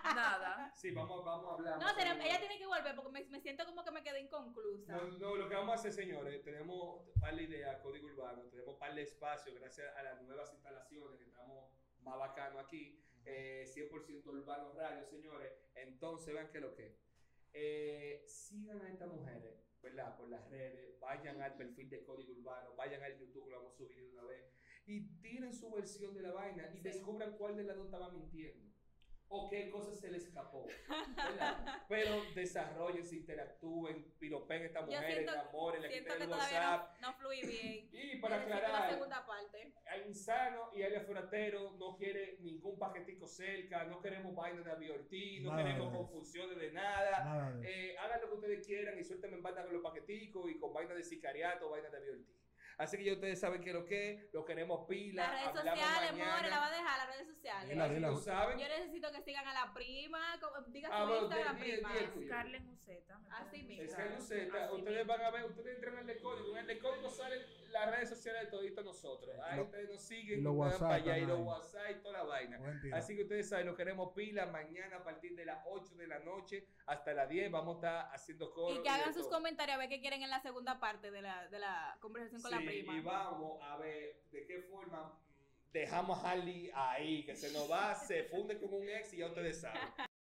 Speaker 3: Nada.
Speaker 1: Sí, vamos, vamos a hablar.
Speaker 2: No,
Speaker 1: más
Speaker 2: tenemos-
Speaker 1: sobre-
Speaker 2: ella tiene que volver porque me, me siento como que me quedé inconclusa.
Speaker 1: No, no, lo que vamos a hacer, señores, tenemos par de ideas, código urbano, tenemos par de espacio, gracias a las nuevas instalaciones que estamos más bacanos aquí. eh, 100% urbano radio, señores. Entonces, vean que lo que. Eh, sigan a estas mujeres, ¿verdad? Por las redes, vayan al perfil de Código Urbano, vayan al YouTube, lo vamos a subir de una vez, y tiren su versión de la vaina y descubran cuál de las dos estaba mintiendo. O qué cosa se le escapó. ¿verdad? Pero desarrollen, se interactúen, piropen a estas
Speaker 2: Yo
Speaker 1: mujeres,
Speaker 2: siento-
Speaker 1: enamoren, le
Speaker 2: Siento
Speaker 1: quiten
Speaker 2: que
Speaker 1: el
Speaker 2: todavía
Speaker 1: WhatsApp.
Speaker 2: no, no fluí bien.
Speaker 1: Y [LAUGHS] para
Speaker 2: Necesito la
Speaker 1: aclarar,
Speaker 2: segunda parte.
Speaker 1: al insano y al afuratero no quiere ningún paquetico cerca, no queremos vainas de abiortí, no
Speaker 5: Nada
Speaker 1: queremos
Speaker 5: de eso.
Speaker 1: confusiones de nada.
Speaker 5: Nada de eso.
Speaker 1: Eh, hagan lo que ustedes quieran y suéltame en banda con los paqueticos y con vainas de sicariato, vainas de abiortí. Así que ya ustedes saben que lo que es, lo queremos pila,
Speaker 2: Las redes
Speaker 1: hablamos
Speaker 2: sociales,
Speaker 1: mañana.
Speaker 2: amores, la va a dejar, las redes sociales.
Speaker 1: Así
Speaker 5: Dila,
Speaker 1: tú
Speaker 5: dila.
Speaker 1: sabes.
Speaker 2: Yo necesito que sigan a la prima, como- diga
Speaker 1: Ah,
Speaker 2: su
Speaker 1: bueno,
Speaker 2: Instagram,
Speaker 1: di- di-
Speaker 2: prima.
Speaker 1: di el tuyo.
Speaker 3: Carlen Uceta. me
Speaker 2: Así
Speaker 3: ponen
Speaker 2: mismo.
Speaker 1: Es
Speaker 3: Uceta.
Speaker 1: que no sé,
Speaker 3: Así mismo.
Speaker 1: ustedes van a ver, ustedes entran al de código, en el de código salen las redes sociales de toditos nosotros. Ahí
Speaker 5: Lo-
Speaker 1: ustedes nos siguen,
Speaker 5: y los
Speaker 1: nos dan para
Speaker 5: WhatsApp
Speaker 1: allá y los
Speaker 5: también. Oh,
Speaker 1: WhatsApp y toda la vaina.
Speaker 5: Buen tiro.
Speaker 1: Así que ustedes saben, nos queremos pila mañana a partir de las 8 de la noche hasta las 10. Vamos a estar haciendo coro.
Speaker 2: Y que hagan
Speaker 1: de
Speaker 2: sus
Speaker 1: todo.
Speaker 2: comentarios a ver qué quieren en la segunda parte de la, de la conversación con
Speaker 1: Sí,
Speaker 2: la prima.
Speaker 1: Y vamos a ver de qué forma mm, dejamos a Harley ahí, que se nos va, se funde con un ex y ya ustedes saben.